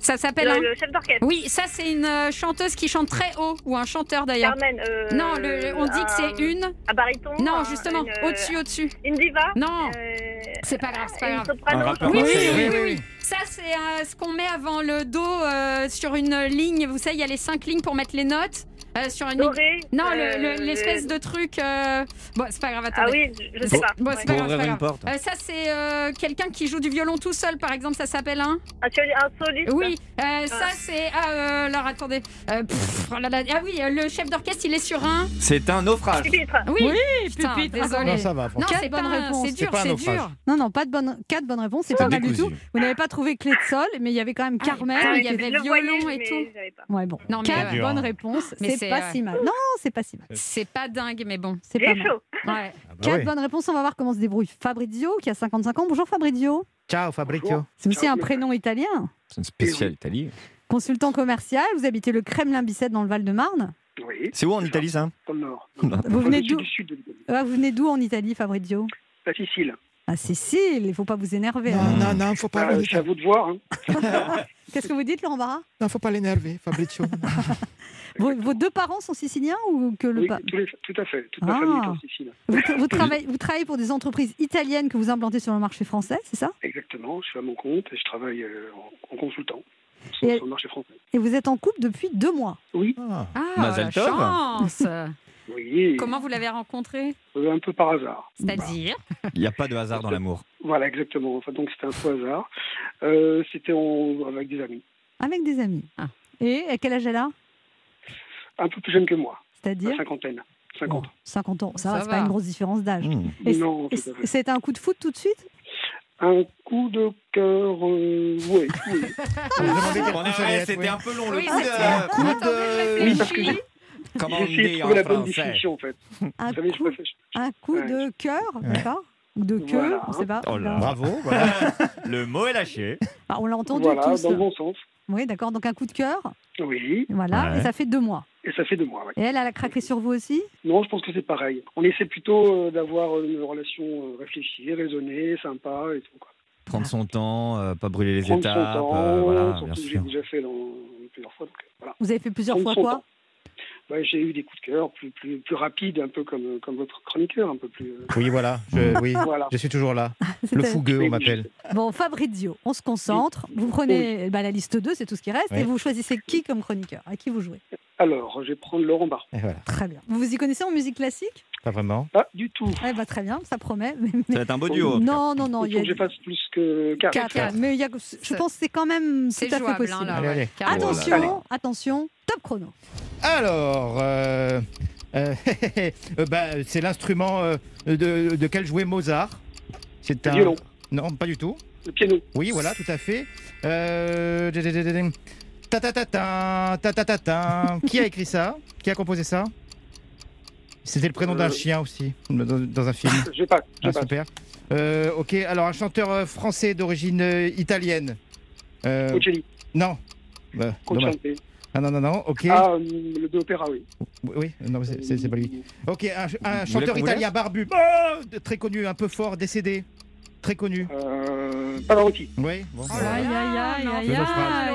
D: Ça s'appelle
G: Le,
D: un...
G: le chef d'orchestre.
D: Oui, ça c'est une euh, chanteuse qui chante très haut, ou un chanteur d'ailleurs.
G: Carmen. euh,
D: Non, le- le- on dit que c'est
G: un-
D: une...
G: Un baryton.
D: Non,
G: un-
D: justement,
G: une, euh,
D: au-dessus, au-dessus.
G: Une diva.
D: Non,
G: euh,
D: c'est pas grave, c'est pas
G: une
D: grave.
G: soprano.
H: Ah,
A: rappeur.
H: bah,
D: Oui, oui,
A: Marseille.
D: oui, oui, oui. Ça, c'est euh, ce qu'on met avant le dos euh, sur une ligne. Vous savez, il y a les cinq lignes pour mettre les notes. euh, sur une ligne.
G: Doré.
D: Non, le-
G: euh,
D: le- l'espèce de truc. euh, Bon, c'est pas grave,
G: Ah
D: attendez.
G: oui, je, je sais pas.
D: Bon,
G: Ouais.
D: c'est pas
A: Pour
D: grave, c'est
A: ouvrir
D: pas
A: une
D: grave.
A: porte.
D: Euh, ça, c'est euh, quelqu'un qui joue du violon tout seul, par exemple, ça s'appelle un
G: Un, soli- un soliste.
D: Oui, euh, ça, c'est. Ah, euh, alors attendez. Euh, pff, oh là là. Ah oui, euh, le chef d'orchestre, il est sur un.
A: C'est un naufrage.
G: Pupitre.
D: Oui, putain,
I: pupitre.
D: désolé.
F: Non, ça va.
D: Non,
C: Quatre
D: c'est pas
C: bonnes
D: un-
C: réponses.
D: c'est dur,
F: pas un
D: c'est
F: naufrage.
D: dur.
C: Non, non, pas de bonne, quatre bonnes réponses, c'est pas mal du tout. Vous n'avez pas trouvé clé de sol, mais il y avait quand même Carmen.
D: putain,
C: qui
D: il y
C: était-
D: avait
G: Je le
D: violon
G: voyais,
D: et
G: mais
D: tout.
G: j'avais pas.
C: Ouais, bon.
D: Ah, Non, mais
C: Quatre
D: ouais.
C: bonnes réponses,
D: Mais
C: c'est
D: c'est, euh,
C: pas
D: ouais.
C: si mal. Non, c'est pas si mal.
D: C'est pas dingue, mais bon.
C: C'est
G: J'ai
C: pas mal.
G: chaud.
D: Ouais.
F: Ah bah
C: Quatre
F: oui.
C: bonnes réponses, on va voir comment se débrouille Fabrizio, qui a 55 ans. Bonjour Fabrizio.
F: Ciao Fabrizio.
C: C'est aussi un prénom italien.
A: C'est une spéciale Italie.
C: Consultant commercial, vous habitez le Kremlin-Bicêtre dans le Val-de-Marne.
H: Oui,
A: C'est où en Italie ça
H: dans le nord.
C: Vous venez
H: du
C: d'où
H: du sud de l'Italie.
C: Ouais, Euh, Vous venez d'où en Italie, Fabrizio
H: La Sicile.
C: Ah, Cécile, il faut pas vous énerver. hein.
J: Non, non, non, faut pas,
H: Ah, c'est à vous de voir. hein.
C: [LAUGHS] Qu'est-ce que vous dites, Laurent Barra
J: non, faut pas l'énerver, Fabrizio.
C: [LAUGHS] vos, vos deux parents sont siciliens ou que le
H: Oui,
C: pa-
H: tous les- tout à fait. Toute
C: Ah.
H: la famille est en Sicile.
C: vous, vous travaillez, vous travaillez pour des entreprises italiennes que vous implantez sur le marché français, c'est ça
H: Exactement. Je suis à mon compte et je travaille euh, en, en consultant sur,
C: Et-
H: sur le marché français.
C: Et vous êtes en couple depuis deux mois.
F: Ah.
D: Ah,
A: Mazel
D: la
A: tov.
D: chance
F: [LAUGHS]
H: Oui,
D: Comment vous l'avez rencontré
H: euh, un peu par hasard.
F: Bah.
D: C'est-à-dire
A: Il n'y a pas de hasard dans l'amour.
H: Voilà, exactement. Enfin, donc c'était un peu hasard. Euh, c'était en- avec des amis,
C: Avec des amis.
D: Ah.
C: Et à quel âge elle a
H: un peu plus jeunes que moi, la
C: C'est-à-dire
H: cinquantaine. 50.
C: Bon, 50 ans. Ça,
D: Ça
C: va, c'est pas
D: va.
C: une grosse différence d'âge.
A: Mmh.
C: Et c-
H: Hmm. Non,
C: et
H: tout
C: c-
H: à fait.
C: C'était un coup de foot tout de suite
H: Un coup de cœur, euh, oui, oui.
F: Vous demandez quelle
A: Bon,
F: couche
A: arrête,
F: elle est,
A: C'était
F: oui.
A: un peu long le
D: Oui,
A: coup
D: c'était-
A: de-
D: Attendez, je
H: Oui, parce que
D: réfléchis.
A: Comment on
H: J'ai essayé de
A: dit en
H: trouver la bonne
A: français
H: définition, en fait.
C: Un
H: Vous savez, je
C: coup,
H: préfère-
C: un coup
H: Ouais.
C: de cœur, d'accord Ou de queue,
H: Voilà.
C: on sait pas.
A: Oh là. [LAUGHS]
F: Bravo.
C: [LAUGHS]
F: voilà.
A: Le mot est lâché.
C: Ah, on l'a entendu
H: Voilà,
C: tous.
H: dans le bon sens.
C: Oui, d'accord. Donc un coup de cœur,
H: Oui,
C: voilà,
A: Ouais.
C: et ça fait deux mois.
H: et ça fait deux mois. ouais.
C: Et elle, elle a craqué sur vous aussi
H: Non, je pense que c'est pareil. On essaie plutôt euh, d'avoir une relation euh, réfléchie, raisonnée, sympa et tout. Quoi.
A: Prendre son temps, euh, pas brûler les
H: Prendre
A: étapes.
H: son temps,
A: euh, voilà,
H: surtout
A: bien
H: que j'ai
A: sûr.
H: déjà fait dans, plusieurs fois. Donc, voilà.
C: Vous avez fait plusieurs
H: Prendre
C: fois
H: son
C: quoi
H: temps. Bah, j'ai eu des coups de cœur plus, plus, plus rapides, un peu comme, comme votre chroniqueur, un peu plus. euh,
F: Oui, voilà.
H: [LAUGHS]
F: Je, oui.
H: voilà. Ah,
F: Je suis toujours là. Le
C: C'était-
F: fougueux,
H: Mais
F: on m'appelle.
C: Bon, Fabrizio, on se concentre. Vous prenez bah, la liste 2, c'est tout ce qui reste,
F: Oui.
C: et vous choisissez qui comme chroniqueur, à qui vous jouez.
H: Alors, je vais prendre Laurent Barra.
F: Et voilà.
C: Très bien. Vous vous y connaissez en musique classique
F: Pas vraiment.
H: Pas du tout.
C: Eh bah, Très bien, ça promet. Mais-
A: Ça va être un beau
H: Non,
A: duo. en tout cas.
C: non, non, non.
H: Il faut que je fasse plus que quatre.
D: Quatre.
C: Quatre. Mais il y a- je pense que c'est quand même tout
D: C'est
C: à fait
D: jouable, hein,
C: possible.
D: là.
F: Allez, allez.
D: Carrément.
C: Attention, attention, top chrono.
F: Alors, euh, euh, [LAUGHS] euh, bah, c'est l'instrument euh, de, de quel jouait Mozart. C'est
H: Le
F: un.
H: violon,
F: Non, pas du tout.
H: le piano,
F: Oui, voilà, tout à fait. Euh... dé- dé- dé- dé- dé- ta- ta- ta- ta- ta- ta- ta- ta. Qui a écrit ça Qui a composé ça C'était le prénom d'un
H: Euh.
F: chien aussi, dans, dans un film.
H: je passe. Je
F: Ah,
H: passe.
F: super. Euh, ok, alors un chanteur euh, français d'origine euh, italienne. Euh,
H: Cocelli,
F: non. Bah, dommage.
H: Conchante.
F: Ah non, non, non, ok.
H: Ah, euh, le de l'opéra, oui.
F: Oui, non, mais c'est- c'est c'est pas lui. Ok, un, un
A: Vous voulez
F: chanteur
A: qu'on vous
F: italien barbu. Oh, de- très connu, un peu fort, décédé. Très connu.
H: Euh, Pavarotti.
F: Oui, bon.
D: Oh là
F: voilà.
C: Aïe, aïe,
D: là,
C: aïe,
D: non,
C: aïe,
D: mais
C: aïe.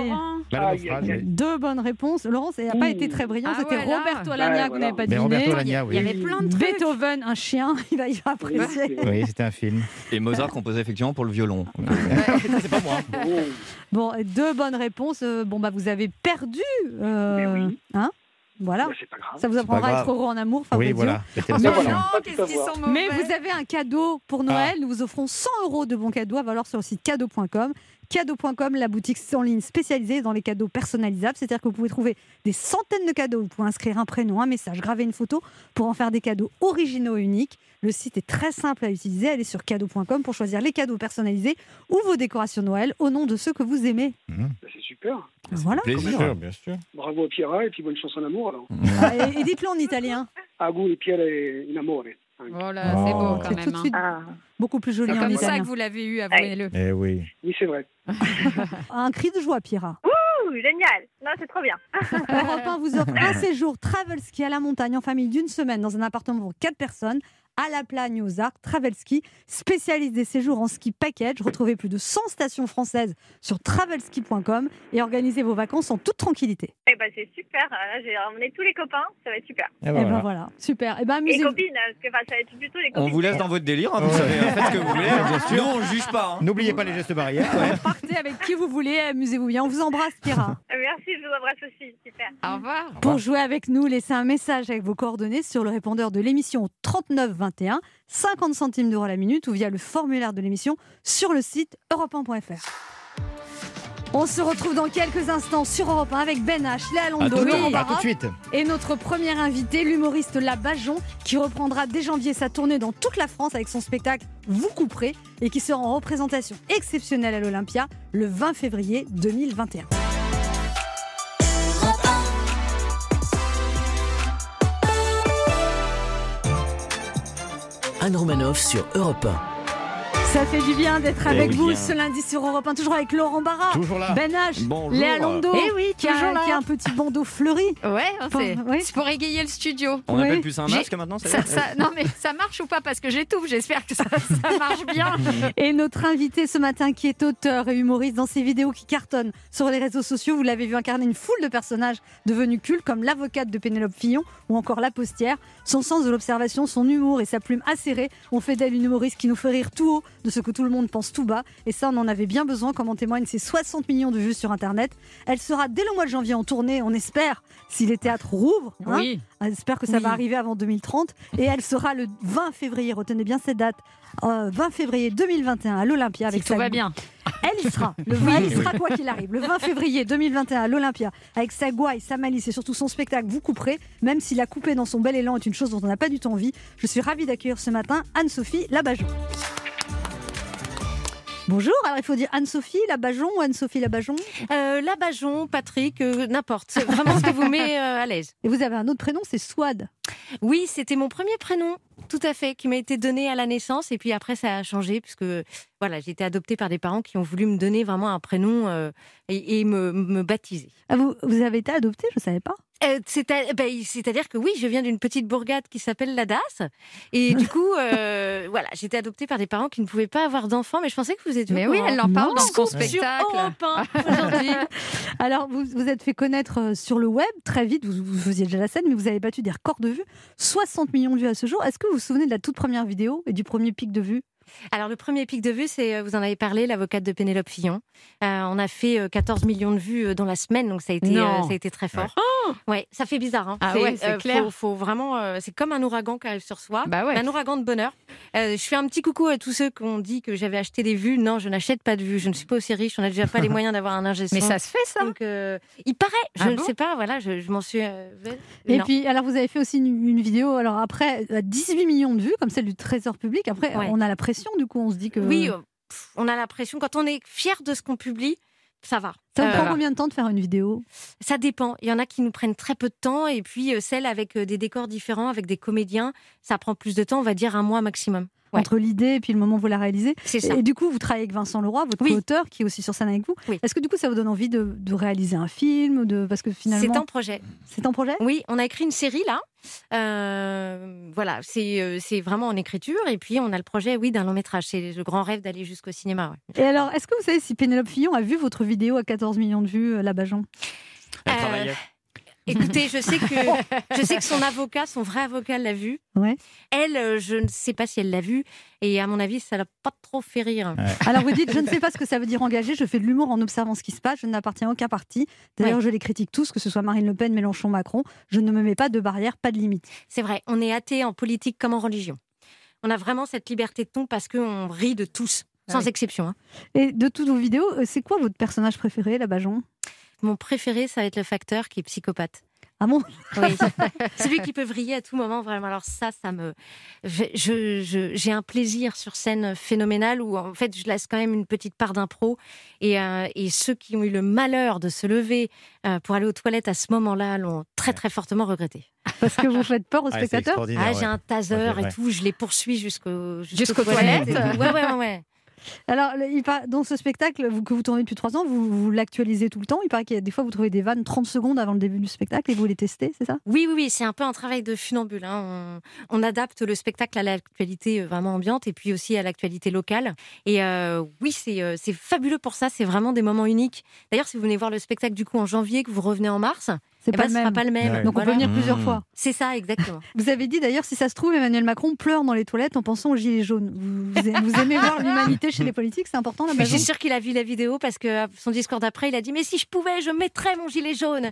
D: Laurent.
F: Bah, le
H: Aïe,
F: naufrage,
H: aïe, aïe.
F: oui.
C: Deux bonnes réponses. Laurence, elle n'a pas
H: Ouh.
C: été très brillante.
D: Ah
C: C'était
D: ouais, là.
C: Roberto Alagna
H: Ouais,
C: que vous n'avez
H: voilà.
C: pas
F: Mais
C: deviné.
F: Roberto Alagna,
D: Il y
F: oui.
D: avait plein de trucs.
C: Beethoven, un chien, [LAUGHS] il va, il va apprécier.
F: Oui, c'était un film.
A: Et Mozart composait effectivement pour le violon.
F: C'est pas moi.
H: Bon,
C: [LAUGHS] Bon, deux bonnes réponses. Euh, Bon, bah, vous avez perdu. euh,
H: Mais oui.
C: Hein Voilà.
H: bah, c'est pas grave.
C: Ça vous apprendra
A: pas
C: à
A: grave.
C: être heureux [LAUGHS] en amour, Fabrizio.
F: Oui, voilà. C'était
H: Mais
F: le
H: voilà.
F: chien.
D: Non, qu'est-ce qu'ils sont mauvais.
C: Mais vous avez un cadeau
G: Ah.
C: pour Noël. Nous vous offrons 100 euros de bons cadeaux à valoir sur le site cadeau.com. Cadeau.com, la boutique en ligne spécialisée dans les cadeaux personnalisables. C'est-à-dire que vous pouvez trouver des centaines de cadeaux. Vous pouvez inscrire un prénom, un message, graver une photo pour en faire des cadeaux originaux et uniques. Le site est très simple à utiliser. Allez sur cadeau.com pour choisir les cadeaux personnalisés ou vos décorations Noël au nom de ceux que vous aimez.
H: Bah, c'est super.
C: Voilà.
A: Plaisir.
F: Mmh. bien sûr.
H: Bravo à Pierra et puis bonne chance en
F: [LAUGHS]
H: amour alors.
D: Ah.
C: Et, et dites-le en italien.
H: Auguri Pierre et in amore.
D: Oh là, c'est beau
F: Oh.
D: quand
C: C'est
D: même.
C: tout de
D: hein.
C: suite
G: Ah.
C: beaucoup plus joli
D: C'est
C: en
D: comme ça
C: italien.
D: que vous l'avez eu, avouez-le.
F: Eh oui.
H: Oui, c'est vrai.
C: Un cri de joie, Pira.
G: Ouh, génial. Non, c'est
C: [LAUGHS]
G: trop bien. [LAUGHS]
C: Europe 1 vous offre un séjour travel ski à la montagne en famille d'une semaine dans un appartement pour 4 personnes à La Plagne, aux Arcs, Travelski, spécialiste des séjours en ski package. Retrouvez plus de 100 stations françaises sur travelski.com et organisez vos vacances en toute tranquillité.
G: Eh ben, c'est super. Là, j'ai ramené tous les copains. Ça va être super.
C: Et ben voilà, super. Et ben
G: Les
C: amusez-vous.
G: copines, parce que enfin, ça va être plutôt les copines.
A: On vous laisse dans votre délire, hein, vous savez, hein, faites ce que vous voulez.
F: [LAUGHS]
A: hein. Nous, on juge pas. hein.
F: N'oubliez pas les gestes barrières.
A: [LAUGHS]
C: Partez avec qui vous voulez, amusez-vous bien. On vous embrasse, Kira.
G: Merci, je vous embrasse aussi. Super.
D: Au revoir.
C: Pour jouer avec nous, laissez un message avec vos coordonnées sur le répondeur de l'émission au 39 21, 50 centimes d'euros la minute ou via le formulaire de l'émission sur le site europe1.fr. On se retrouve dans quelques instants sur Europe 1 avec Ben H, Léa
F: À
C: Londo,
F: tout, de
C: Laurent
F: suite, à
C: Barra
F: tout de suite.
C: et notre premier invité, l'humoriste Labajon, qui reprendra dès janvier sa tournée dans toute la France avec son spectacle Vous couperez et qui sera en représentation exceptionnelle à l'Olympia le 20 février 2021.
B: Anne Romanoff sur Europe 1.
C: Ça fait du bien d'être
A: Eh
C: avec
A: oui,
C: vous
A: bien.
C: ce lundi sur Europe 1, toujours avec Laurent Barra,
F: Toujours là.
C: Ben H,
A: Bonjour.
C: Léa Londo,
D: Eh oui,
C: qui, a,
D: toujours là.
C: qui a un petit bandeau fleuri.
D: Ouais, hein,
C: Pour-
D: c'est
C: oui.
D: c'est pour égayer le studio.
A: On
C: Oui.
A: appelle plus un
D: J'ai-
A: masque maintenant, c'est
D: Ça- ça- non mais ça marche ou pas Parce que j'étouffe, j'espère que ça, ça marche bien.
C: Et notre invité ce matin, qui est auteur et humoriste dans ses vidéos qui cartonnent sur les réseaux sociaux, vous l'avez vu incarner une foule de personnages devenus cultes, comme l'avocate de Pénélope Fillon ou encore la postière. Son sens de l'observation, son humour et sa plume acérée ont fait d'elle une humoriste qui nous fait rire tout haut de ce que tout le monde pense tout bas. Et ça, on en avait bien besoin, comme en témoignent ses 60 millions de vues sur Internet. Elle sera dès le mois de janvier en tournée, on espère, si les théâtres rouvrent. hein.
D: oui.
C: On espère que ça
D: Oui.
C: va arriver avant 2030. Et elle sera le 20 février, retenez bien cette date, euh, 20 février 2021 à l'Olympia.
D: Si
C: avec
D: tout
C: sa-
D: va bien.
C: [LAUGHS] Elle y sera, le elle y sera quoi [LAUGHS] qu'il arrive. Le 20 février 2021 à l'Olympia, avec sa gouaille, sa malice et surtout son spectacle, vous couperez, même si la couper dans son bel élan est une chose dont on n'a pas du tout envie. Je suis ravie d'accueillir ce matin Anne-Sophie Labajon. Bonjour, alors il faut dire Anne-Sophie Labajon ou Anne-Sophie Labajon.
I: Euh, Labajon, Patrick, euh, n'importe. C'est vraiment ce qui vous met euh, à l'aise.
C: Et vous avez un autre prénom, c'est Swad.
I: Oui, c'était mon premier prénom, tout à fait, qui m'a été donné à la naissance. Et puis après, ça a changé, puisque voilà, j'ai été adoptée par des parents qui ont voulu me donner vraiment un prénom euh, et, et me, me baptiser.
C: Ah, Vous, vous avez été adoptée, je ne savais pas.
I: Euh, c'est à- ben, C'est-à-dire que oui, je viens d'une petite bourgade qui s'appelle la DAS. Et
C: [LAUGHS]
I: du coup, euh, voilà, j'ai été adoptée par des parents qui ne pouvaient pas avoir d'enfants, mais je pensais que vous étiez.
D: Mais
I: au
D: oui,
I: courant.
D: elle en parle
C: Non.
D: dans son
I: Scoop sur
D: spectacle.
I: Europe 1 aujourd'hui.
C: [LAUGHS] Alors, vous vous êtes fait connaître euh, sur le web très vite. Vous, vous faisiez déjà la scène, mais vous avez battu des records de vues. 60 millions de vues à ce jour. Est-ce que vous vous souvenez de la toute première vidéo et du premier pic de vues
I: Alors, le premier pic de vue, c'est, euh, vous en avez parlé, l'avocate de Pénélope Fillon. Euh, on a fait euh, 14 millions de vues euh, dans la semaine, donc ça a été,
D: Non.
I: euh, ça a été très fort. Ouais, ça fait bizarre. hein.
D: Ah ouais, c'est clair.
I: Faut, faut vraiment, euh, c'est comme un ouragan qui arrive sur soi.
D: Bah ouais.
I: Un ouragan de bonheur. Euh, je fais un petit coucou à tous ceux qui ont dit que j'avais acheté des vues. Non, je n'achète pas de vues. Je ne suis pas aussi riche. On n'a déjà pas les
D: [LAUGHS]
I: moyens d'avoir un ingé
D: Mais
I: son.
D: ça se fait ça.
I: Donc, euh, il paraît. Je
D: Ah
I: ne
D: bon
I: sais pas. Voilà, je, je m'en suis. euh,
C: Et
I: non.
C: puis, alors, vous avez fait aussi une, une vidéo. Alors, après, à 18 millions de vues, comme celle du Trésor public. Après,
I: Ouais.
C: on a la pression, du coup, on se dit que.
I: oui, euh, pff, on a l'impression quand on est fier de ce qu'on publie, ça va.
C: Ça vous
I: Euh,
C: prend
D: va.
C: combien de temps de faire une vidéo
I: Ça dépend. Il y en a qui nous prennent très peu de temps et puis euh, celles avec euh, des décors différents, avec des comédiens, ça prend plus de temps, on va dire un mois maximum. Ouais.
C: Entre l'idée et puis le moment où vous la réalisez
I: C'est ça.
C: et, du coup, vous travaillez avec Vincent Leroy, votre
I: Oui.
C: auteur, qui est aussi sur scène avec vous.
I: Oui.
C: Est-ce que du coup, ça vous donne envie de, de réaliser un film de... Parce que
I: C'est un
C: finalement,
I: projet.
C: c'est un projet
I: Oui, on a écrit une série là. Euh, voilà, c'est euh, c'est vraiment en écriture et puis on a le projet, oui, d'un long métrage. C'est le grand rêve d'aller jusqu'au cinéma. ouais.
C: Et alors, est-ce que vous savez si Pénélope Fillon a vu votre vidéo à 14 millions de vues, euh, la Bajon
A: Elle
I: Euh,
A: travaillait.
I: Écoutez, je sais
C: [LAUGHS]
I: que je sais que son avocat, son vrai avocat l'a vu.
C: Ouais.
I: Elle, euh, je ne sais pas si elle l'a vu et à mon avis, ça l'a pas trop fait rire.
C: Alors vous dites, je ne sais pas ce que ça veut dire engager, je fais de l'humour en observant ce qui se passe, je n'appartiens à aucun parti. D'ailleurs, je les critique tous, que ce soit Marine Le Pen, Mélenchon, Macron. Je ne me mets pas de barrière, pas de limite.
I: C'est vrai, on est athée en politique comme en religion. On a vraiment cette liberté de ton parce qu'on rit de tous,
D: Ah
I: sans
D: oui.
C: [LAUGHS]
I: exception. hein.
C: Et de toutes vos vidéos, euh, c'est quoi votre personnage préféré, la Bajon
I: Mon préféré, ça va être le facteur qui est psychopathe.
C: Ah bon
I: Oui.
C: [LAUGHS]
I: Celui qui peut vriller à tout moment, vraiment. Alors ça, ça me... je- je- je- J'ai un plaisir sur scène phénoménal où, en fait, je laisse quand même une petite part d'impro. Et, euh, et ceux qui ont eu le malheur de se lever euh, pour aller aux toilettes à ce moment-là l'ont très, très fortement regretté.
C: Parce que vous faites peur aux
F: Ah, c'est
C: spectateurs
F: extraordinaire,
I: Ah,
F: ouais.
I: j'ai un taser
F: Ok, ouais.
I: et tout, je les poursuis jusqu'au,
D: Jusqu'aux toilettes.
I: et tout. Ouais, ouais, ouais. ouais.
C: Alors, le- il par- dans ce spectacle vous- que vous tournez depuis trois ans, vous, vous l'actualisez tout le temps. Il paraît qu'il y a des fois, vous trouvez des vannes 30 secondes avant le début du spectacle et vous les testez, c'est ça
I: Oui, oui, oui, c'est un peu un travail de funambule. hein. On, on adapte le spectacle à l'actualité euh, vraiment ambiante et puis aussi à l'actualité locale. Et euh, oui, c'est euh, c'est fabuleux pour ça. C'est vraiment des moments uniques. D'ailleurs, si vous venez voir le spectacle du coup en janvier, que vous revenez en mars, eh
C: C'est
I: ben,
C: pas le
I: ce sera
C: même.
I: pas le même.
C: Ouais. Mmh. Donc, on peut venir
I: Mmh.
C: plusieurs fois.
I: C'est ça, exactement.
C: [LAUGHS] Vous avez dit d'ailleurs, si ça se trouve, Emmanuel Macron pleure dans les toilettes en pensant aux gilets jaunes. Vous, vous aimez- vous aimez
I: [LAUGHS]
C: voir l'humanité chez les politiques, c'est important la
I: Mais je
C: Bajon
I: suis sûre qu'il a vu la vidéo parce que euh, son discours d'après, il a dit Mais si je pouvais, je mettrais mon gilet jaune.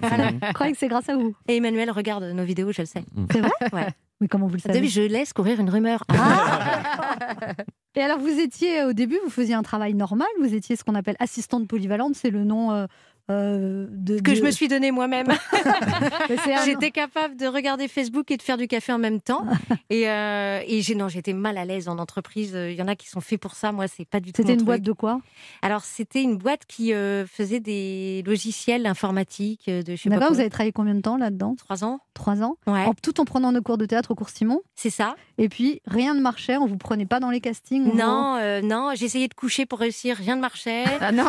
I: Voilà.
C: Je crois que [LAUGHS] c'est grâce à vous.
I: Et Emmanuel regarde nos vidéos, je le sais.
C: C'est vrai
I: Ouais.
C: Mais comment vous le savez
I: Je laisse courir une rumeur. Ah.
C: [LAUGHS] Et alors, vous étiez euh, au début, vous faisiez un travail normal, vous étiez ce qu'on appelle assistante polyvalente, c'est le nom euh, euh, de.
I: que
C: de-
I: je me suis donné moi-même.
C: [LAUGHS] Mais
I: [LAUGHS]
C: c'est un- Ah.
I: J'étais capable de regarder Facebook et de faire du café en même temps. Et, euh, et j'ai non, j'étais mal à l'aise en entreprise. Il y en a qui sont faits pour ça. Moi, c'est pas du tout.
C: C'était
I: mon
C: une boîte
I: truc.
C: de quoi
I: Alors, c'était une boîte qui euh, faisait des logiciels informatiques euh, de. Je sais pas
C: D'accord, vous
I: comment.
C: avez travaillé combien de temps là-dedans
I: Trois ans.
C: Trois ans
I: Ouais.
C: En- Tout en prenant nos cours de théâtre au cours Simon
I: C'est ça.
C: Et puis, rien ne marchait, on vous prenait pas dans les castings on
I: Non, euh, non, j'essayais de coucher pour réussir, rien ne marchait.
D: Ah non.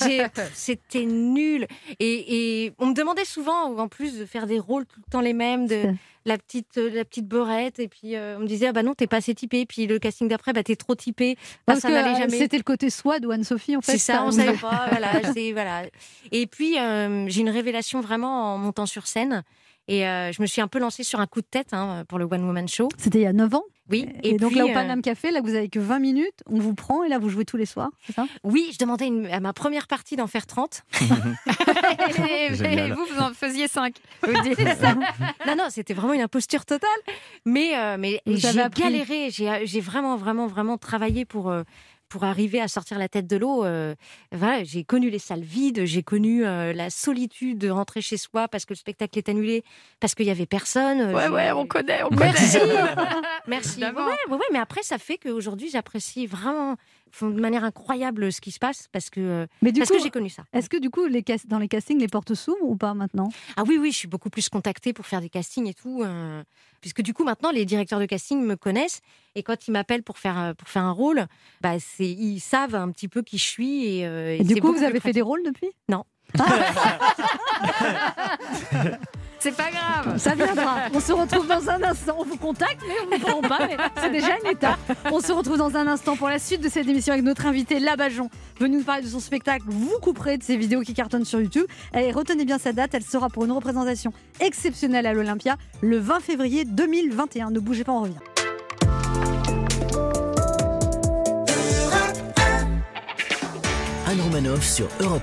I: J'ai- pff, c'était nul. Et, et on me demandait souvent, en plus, de faire des rôles tout le temps les mêmes, de la petite, euh, la petite beurette. Et puis euh, on me disait, ah bah non, t'es pas assez typé. Puis le casting d'après, bah t'es trop typé. Bah,
C: Parce
I: ça
C: que
I: n'allait
C: euh,
I: jamais.
C: c'était le côté swad ou Anne-Sophie, en fait.
I: C'est ça, on
C: [LAUGHS]
I: savait pas. Voilà, c'est- voilà. Et puis, euh, j'ai une révélation vraiment en montant sur scène. Et euh, je me suis un peu lancée sur un coup de tête hein, pour le One Woman Show.
C: C'était il y a 9 ans.
I: Oui.
C: Et, donc
I: puis,
C: là, au
I: euh,
C: Paname Café, là, vous avez que 20 minutes, on vous prend et là, vous jouez tous les soirs, c'est ça
I: Oui, je demandais une- à ma première partie d'en faire 30.
C: [LAUGHS]
D: Et,
A: Génial.
D: vous, vous en faisiez 5. Vous dites.
I: Non, non, c'était vraiment une imposture totale. Mais, euh, mais
C: Vous avez
I: j'ai
C: appris.
I: galéré, j'ai euh, j'ai vraiment, vraiment, vraiment travaillé pour, euh, pour arriver à sortir la tête de l'eau. Euh, voilà, j'ai connu les salles vides, j'ai connu euh, la solitude de rentrer chez soi parce que le spectacle est annulé, parce qu'il n'y avait personne. Euh,
D: Ouais,
I: j'ai-
D: ouais,
I: [LAUGHS]
D: on connaît, on connaît. [LAUGHS]
I: Merci. Merci. Ouais,
D: Évidemment.
I: ouais, ouais, mais après, ça fait qu'aujourd'hui, j'apprécie vraiment enfin, de manière incroyable ce qui se passe parce que, euh,
C: Mais du
I: parce
C: coup,
I: que j'ai connu ça.
C: est-ce que du coup, les cas- dans les castings, les portes s'ouvrent ou pas maintenant
I: Ah oui, oui, je suis beaucoup plus contactée pour faire des castings et tout. euh, puisque du coup, maintenant, les directeurs de casting me connaissent. Et quand ils m'appellent pour faire, euh, pour faire un rôle, bah, c'est, ils savent un petit peu qui je suis. Et, euh,
C: Et
I: c'est
C: du coup,
I: beaucoup
C: vous avez
I: plus
C: fait des rôles depuis
D: C'est pas grave.
C: Ah, Ça viendra. On se retrouve dans un instant. On vous contacte, mais on ne vous prend pas. mais C'est déjà une étape. On se retrouve dans un instant pour la suite de cette émission avec notre invité Labajon, venu nous parler de son spectacle. Vous couperez de ses vidéos qui cartonnent sur YouTube. Et retenez bien sa date. Elle sera pour une représentation exceptionnelle à l'Olympia le 20 février 2021. Ne bougez pas, on revient.
B: Anne Romanoff sur Europe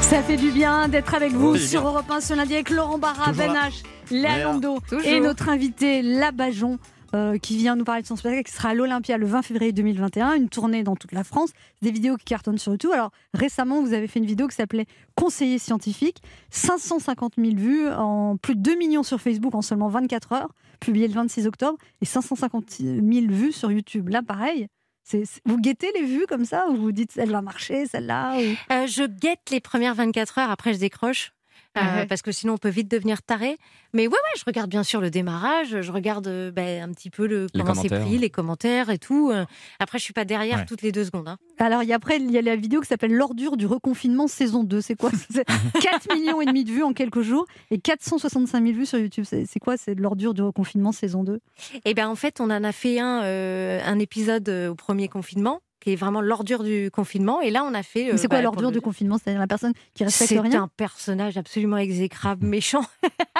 C: Ça fait du bien d'être avec vous
E: Oui,
C: sur
E: bien.
C: Europe 1 ce lundi avec Laurent Barra,
F: Toujours
C: Ben
F: là.
C: H, Léa
F: Léa.
C: Landau et
D: Toujours.
C: notre invité Labajon. euh, qui vient nous parler de son spectacle qui sera à l'Olympia le 20 février 2021, une tournée dans toute la France, des vidéos qui cartonnent sur YouTube. Alors récemment, vous avez fait une vidéo qui s'appelait Conseiller scientifique, 550 000 vues, en plus de 2 millions sur Facebook en seulement 24 heures, publiée le 26 octobre, et 550 000 vues sur YouTube. Là, pareil, c'est c'est- vous guettez les vues comme ça, ou vous dites elle va marcher, celle-là ou-
I: Euh, je guette les premières 24 heures, après je décroche. euh,
D: Ah ouais.
I: Parce que sinon on peut vite devenir taré. Mais ouais, ouais, je regarde bien sûr le démarrage, je regarde euh, ben, un petit peu le, comment c'est
A: commentaires.
I: pris, les commentaires et tout. euh. Après, je suis pas derrière
F: Ouais.
I: toutes les deux secondes. hein.
C: Alors, il y a après, il y a la vidéo qui s'appelle L'ordure du reconfinement saison 2. C'est quoi
I: [LAUGHS]
C: C'est 4 millions et demi de vues en quelques jours et 465 000 vues sur YouTube. C'est c'est quoi C'est de l'ordure du reconfinement saison 2
I: Eh bien, en fait, on en a fait un, euh, un épisode euh, au premier confinement, qui est vraiment l'ordure du confinement. Et là, on a fait. euh,
C: Mais C'est quoi
I: bah,
C: l'ordure
I: pour le-
C: du confinement C'est-à-dire la personne qui respecte
I: C'est
C: rien
I: un personnage absolument exécrable, méchant, [LAUGHS]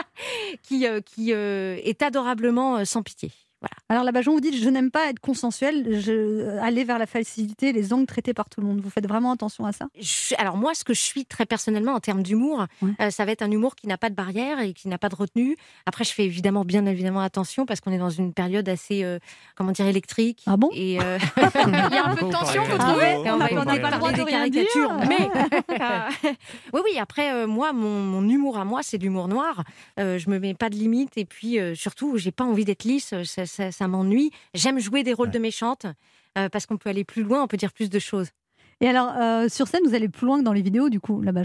I: qui, euh, qui euh, est adorablement euh, sans pitié. Voilà.
C: Alors là-bas, vous dites Je n'aime pas être consensuel, je... euh, aller vers la facilité, les angles traités par tout le monde. Vous faites vraiment attention à ça
I: Je- alors moi, ce que je suis très personnellement en termes d'humour,
C: Ouais.
I: euh, ça va être un humour qui n'a pas de barrière et qui n'a pas de retenue. Après, je fais évidemment bien évidemment attention parce qu'on est dans une période assez, euh, comment dire, électrique.
C: Ah bon
I: Et
C: [LAUGHS]
I: euh,
D: Il y a un peu de tension, vous
C: Ah
D: trouvez
C: ouais
I: Et on
C: On
I: va
C: a- on n'a
I: éviter de
C: pas le droit
I: parler
C: de
I: des
C: rien dire.
I: caricatures, mais
C: [LAUGHS]
I: [LAUGHS] oui, oui. Après, euh, moi, mon, mon humour à moi, c'est de l'humour noir. Euh, je me mets pas de limite et puis euh, surtout, j'ai pas envie d'être lisse. euh, Ça, ça- ça m'ennuie. J'aime jouer des rôles de méchante euh, parce qu'on peut aller plus loin, on peut dire plus de choses.
C: Et alors, euh, sur scène, vous allez plus loin que dans les vidéos, du coup, là-bas,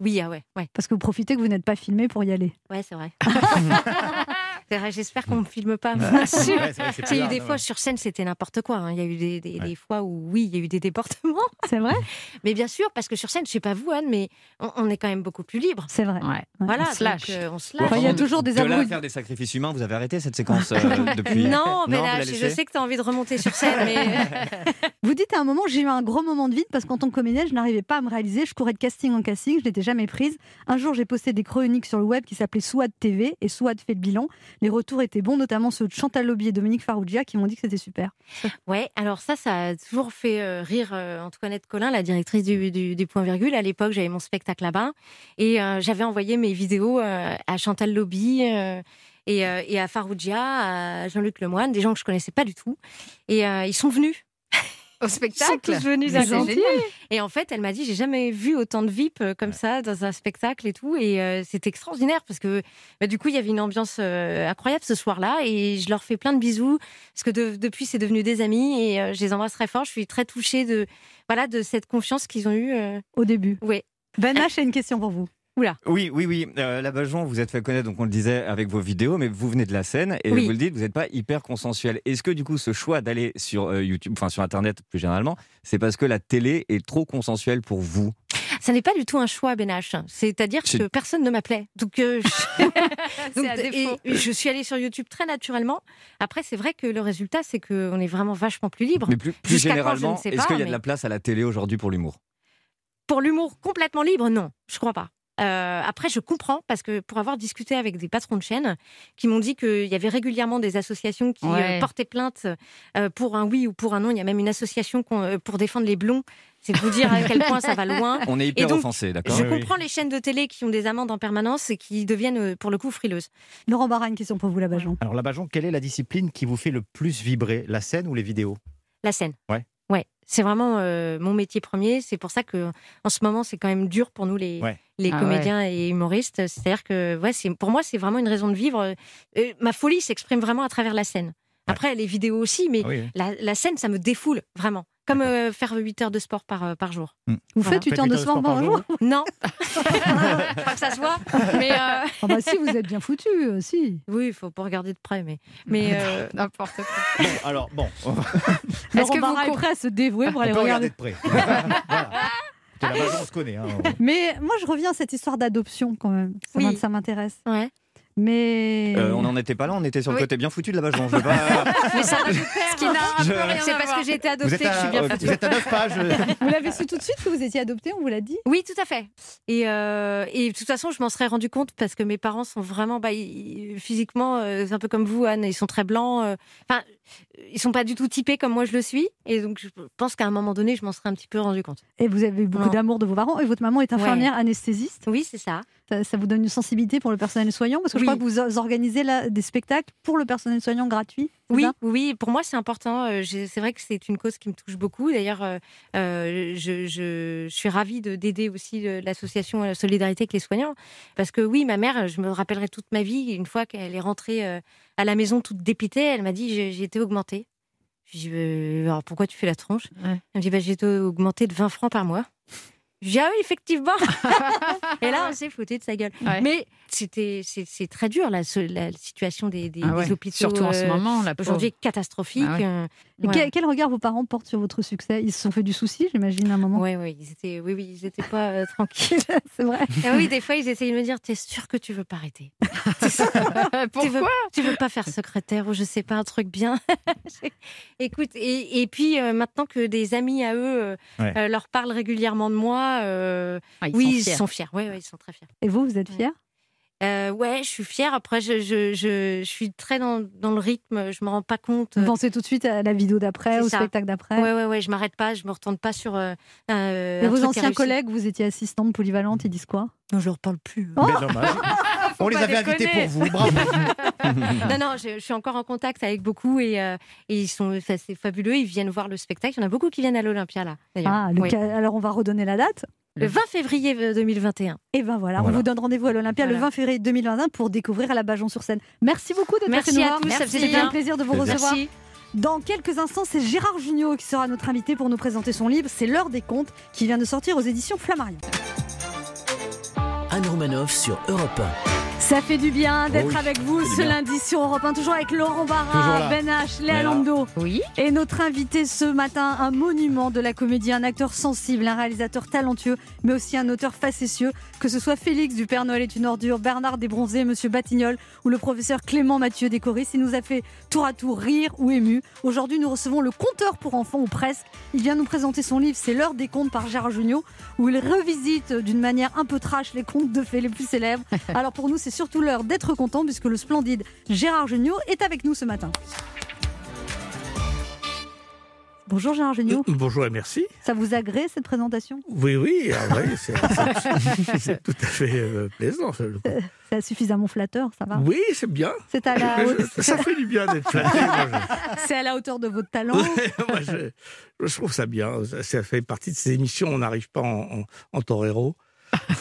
I: Oui, ah ouais, ouais,
F: [LAUGHS]
C: parce que vous profitez que vous n'êtes pas filmé pour y aller.
I: ouais, c'est vrai. C'est vrai, J'espère qu'on ne me filme pas,
F: Ouais.
I: bien sûr. [LAUGHS]
F: Ouais, c'est vrai, c'est
I: J'ai eu
F: bizarre,
I: des
F: ouais.
I: fois sur scène, c'était n'importe quoi. hein. Il y a eu des, des- des fois où, oui, il y a eu des
F: [LAUGHS]
I: déportements.
K: C'est vrai
I: Mais bien sûr, parce que sur scène, je ne sais pas vous, Anne, mais on, on est quand même beaucoup plus libre.
K: C'est vrai.
I: Voilà,
K: On se lâche.
I: donc, euh, on se
A: Bon,
I: lâche.
A: pardon, de là à faire des sacrifices humains, vous avez arrêté cette séquence euh, depuis
I: Non, mais
A: vous
I: là,
A: la
I: je, je
A: laissez
I: sais que tu as envie de remonter sur scène, mais
C: Vous dites à un moment, j'ai eu un gros moment de vide parce qu'en tant que comédienne, je n'arrivais pas à me réaliser. Je courais de casting en casting, je n'étais jamais prise. Un jour, j'ai posté des chroniques sur le web qui s'appelaient Swad TV et Swad fait le bilan. Les retours étaient bons, notamment ceux de Chantal Lobby et Dominique Farrugia qui m'ont dit que c'était super.
I: Ouais, alors ça, ça a toujours fait euh, rire euh, Antoinette Collin, la directrice du, du- du Point Virgule. À l'époque, j'avais mon spectacle là-bas et euh, j'avais envoyé mes vidéos euh, à Chantal Lobby euh, et, euh, et à Faroudia, à Jean-Luc Lemoine, des gens que je connaissais pas du tout. Et euh, ils sont venus.
D: Au spectacle
I: Ils sont tous venus
D: Mais
I: à
D: c'est
I: Gentil.
D: génial.
I: Et en fait, elle m'a dit, j'ai jamais vu autant de VIP euh, comme ça dans un spectacle et tout. Et euh, c'était extraordinaire parce que bah, du coup, il y avait une ambiance euh, incroyable ce soir-là. Et je leur fais plein de bisous parce que de- depuis, c'est devenu des amis et euh, je les embrasse très fort. Je suis très touchée de, voilà, de cette confiance qu'ils ont eue. euh.
C: Au début.
I: Oui.
C: Ben H a une question pour vous.
I: Oula.
A: Oui, oui, oui. Euh, la Bajon, vous êtes fait connaître, donc on le disait avec vos vidéos, mais vous venez de la scène et
I: Oui.
A: vous le dites, vous n'êtes pas hyper consensuel. Est-ce que du coup, ce choix d'aller sur euh, YouTube, enfin sur Internet plus généralement, c'est parce que la télé est trop consensuelle pour vous
I: Ça n'est pas du tout un choix, Benache. C'est-à-dire que
A: C'est-
I: personne ne m'appelait. Donc, euh,
A: [LAUGHS]
I: je... Donc,
D: à défaut.
I: et- et je suis allée sur YouTube très naturellement. Après, c'est vrai que le résultat, c'est qu'on est vraiment vachement plus libre.
A: Mais plus, plus
I: Jusqu'à quand, je ne
A: généralement,
I: sais
A: est-ce
I: pas,
A: qu'il y a
I: mais-
A: de la place à la télé aujourd'hui pour l'humour
I: pour l'humour complètement libre, non, je crois pas. Euh, après, je comprends parce que pour avoir discuté avec des patrons de chaînes qui m'ont dit qu'il y avait régulièrement des associations qui
K: Ouais.
I: euh, portaient plainte euh, pour un oui ou pour un non. Il y a même une association qu'on- euh, pour défendre les blonds. C'est vous
C: [LAUGHS]
I: dire à quel point ça va loin.
A: On est
I: Et
A: hyper
I: donc,
A: offensé, d'accord
I: Je comprends les chaînes de télé qui ont des amendes en permanence et qui deviennent euh, pour le coup frileuses.
C: Laurent Barra, une question pour vous, la Bajon.
F: Alors, la Bajon, quelle est la discipline qui vous fait le plus vibrer La scène ou les vidéos
I: La scène.
F: Ouais.
I: Ouais. C'est vraiment euh, mon métier premier. C'est pour ça que en ce moment, c'est quand même dur pour nous les,
F: Ouais.
I: les
K: Ah
I: comédiens et humoristes. C'est-à-dire que ouais, c'est pour moi, c'est vraiment une raison de vivre. Euh, ma folie s'exprime vraiment à travers la scène. Après, les vidéos aussi, mais
F: Ah oui, oui.
I: la, la scène, ça me défoule vraiment. Comme euh, faire 8 heures de sport par, euh, par jour.
A: Hmm.
C: Vous
I: Voilà.
C: faites 8 heures de sport par jour [LAUGHS]
I: Non. Pas que ça se voit. Mais euh,
C: Ah bah si, vous êtes bien foutu, euh, si.
I: oui, il faut pas regarder de près. Mais, mais
C: [LAUGHS]
I: euh,
D: N'importe quoi.
F: Bon, alors, bon, on va
D: Est-ce
C: Laurent
D: que vous
C: Barra est
D: comprenez-
C: prêt à se dévouer pour
F: on
C: aller
F: peut
C: regarder.
F: regarder
A: [LAUGHS]
F: de près. Voilà. De la Bajon, on se connaît. hein.
C: Mais moi, je reviens à cette histoire d'adoption quand même. Ça
I: Oui.
C: m'int- Ça m'intéresse.
I: ouais.
C: Mais.
A: Euh, On n'en était pas là, on était sur le
D: Oui.
A: côté bien foutu de la Bajon. Je veux pas...
I: mais ça va de pair.
D: Ce qui n'a un peu
A: Je-
D: rien
I: C'est
D: à
I: parce
D: voir.
I: que j'ai été
F: Vous
I: adoptée
F: êtes
I: que je suis
F: à-
I: bien
F: euh,
I: foutue. [LAUGHS]
F: vous êtes à 9 pages.
C: Vous l'avez su tout de suite que vous étiez adopté, on vous l'a dit
I: Oui, tout à fait. Et, euh, et de toute façon, je m'en serais rendu compte parce que mes parents sont vraiment, bah, ils- physiquement, euh, c'est un peu comme vous, Anne, ils sont très blancs. euh, Enfin, ils sont pas du tout typés comme moi je le suis. Et donc, je pense qu'à un moment donné, je m'en serais un petit peu rendu compte.
C: Et vous avez eu beaucoup
I: Non.
C: d'amour de vos parents. Et votre maman est infirmière anesthésiste.
I: Oui, c'est ça.
C: Ça, ça vous donne une sensibilité pour le personnel soignant Parce que
I: Oui.
C: je crois que vous organisez là, des spectacles pour le personnel soignant gratuit. c'est
I: Oui,
C: ça
I: oui, pour moi c'est important. Euh, j'ai- C'est vrai que c'est une cause qui me touche beaucoup. D'ailleurs, euh, euh, je, je- je suis ravie de- d'aider aussi euh, l'association à la solidarité avec les soignants. Parce que oui, ma mère, je me rappellerai toute ma vie, une fois qu'elle est rentrée euh, à la maison toute dépitée, elle m'a dit j'ai j'ai été augmentée. Je lui dis Euh, alors pourquoi tu fais la tronche
K: Ouais.
I: Elle me dit bah, j'ai été augmentée de 20 francs par mois. Je dis ah oui, effectivement Et là, on s'est foutu de sa gueule.
D: Ouais.
I: Mais c'était c'est c'est très dur, la, so- la situation des, des-
K: Ah ouais.
I: des hôpitaux.
K: Surtout en ce
I: euh,
K: moment, la pauvre.
I: aujourd'hui catastrophique.
K: Ah ouais.
I: euh,
C: Et
I: voilà.
C: quel, quel regard vos parents portent sur votre succès Ils se sont fait du souci, j'imagine, à un moment.
I: Ouais,
C: [LAUGHS]
I: ouais, ils étaient, oui, oui, ils étaient pas euh,
K: [LAUGHS]
I: tranquilles.
C: C'est vrai.
I: Et oui, des fois, ils essayaient de me dire, t'es sûr que tu veux
K: [LAUGHS]
I: pas arrêter tu veux,
D: Pourquoi
I: tu veux pas faire secrétaire ou je sais pas un truc bien [LAUGHS] Écoute, et, et puis euh, maintenant que des amis à eux euh,
F: Ouais.
I: euh, leur parlent régulièrement de moi, euh,
K: Ah, ils
I: oui,
K: sont
I: ils
K: fiers.
I: sont fiers. Ouais, ouais, ils sont très fiers.
C: Et vous, vous êtes fiers
I: Euh, ouais, je suis fière. Après, je, je, je, je suis très dans, dans le rythme. Je me rends pas compte.
C: Vous pensez tout de suite à la vidéo d'après,
I: C'est
C: au
I: ça.
C: spectacle d'après
I: Ouais, ouais, ouais. Je m'arrête pas. Je me retourne pas sur. euh, euh,
C: Et
I: un truc
C: vos
I: qui a
C: anciens
I: réussi.
C: collègues, vous étiez assistante polyvalente, ils disent quoi
I: Non, je leur parle plus. hein.
C: Oh [LAUGHS]
F: Mais dommage. On les
D: pas
F: avait invités
D: déconner.
F: pour vous. Bravo.
I: [LAUGHS] Non, non, je, je suis encore en contact avec beaucoup et, euh, et ils sont, enfin, c'est fabuleux. Ils viennent voir le spectacle. Il y en a beaucoup qui viennent à l'Olympia là. d'ailleurs.
C: Ah, le
I: Oui.
C: ca- alors on va redonner la date.
I: Le 20 février euh, 2021.
C: Et ben voilà, on
F: Voilà.
C: vous donne rendez-vous à l'Olympia le
I: Voilà.
C: 20 février 2021 pour découvrir à la Bajon sur scène. Merci beaucoup d'être
I: Merci
C: passé nous
I: à
C: voir.
I: tous, ça faisait
C: C'était
I: bien.
C: un plaisir de vous
F: Plaisir.
C: recevoir. Dans quelques instants, c'est Gérard Jugnot qui sera notre invité pour nous présenter son livre. C'est l'heure des contes qui vient de sortir aux éditions Flammarion.
B: Anne Romanoff sur Europe 1.
C: Ça fait du bien d'être
K: Oh oui,
C: avec vous
K: c'est
C: ce
K: bien.
C: lundi sur Europe 1, toujours avec
K: Toujours
C: Laurent Barra,
K: là.
C: Ben H, Léa
K: Mais là.
C: Lando. Et notre invité ce matin, un monument de la comédie, un acteur sensible, un réalisateur talentueux, mais aussi un auteur facétieux, que ce soit Félix du Père Noël est une ordure, Bernard Desbronzés, Monsieur Batignol ou le professeur Clément Mathieu Décoris, il nous a fait tour à tour rire ou ému. Aujourd'hui, nous recevons le conteur pour enfants ou presque. Il vient nous présenter son livre C'est l'heure des contes par Gérard Jugnot, où il revisite d'une manière un peu trash les contes de fées les plus célèbres. Alors pour nous, c'est surtout l'heure d'être content puisque le splendide Gérard Jugnot est avec nous ce matin. Bonjour Gérard Jugnot.
L: Bonjour et merci.
C: Ça vous agrée cette présentation
L: Oui, oui, ah ouais, c'est c'est- c'est tout à fait euh, plaisant. ça, je crois.
C: C'est suffisamment flatteur, ça va
L: Oui, c'est bien.
C: C'est à la haute-
L: Je- ça fait du bien d'être flatté. moi,
C: [LAUGHS] C'est à la hauteur de votre talent.
L: je- [LAUGHS] moi, je, je trouve ça bien. Ça, ça fait partie de ces émissions où on n'arrive pas en, en, en torero.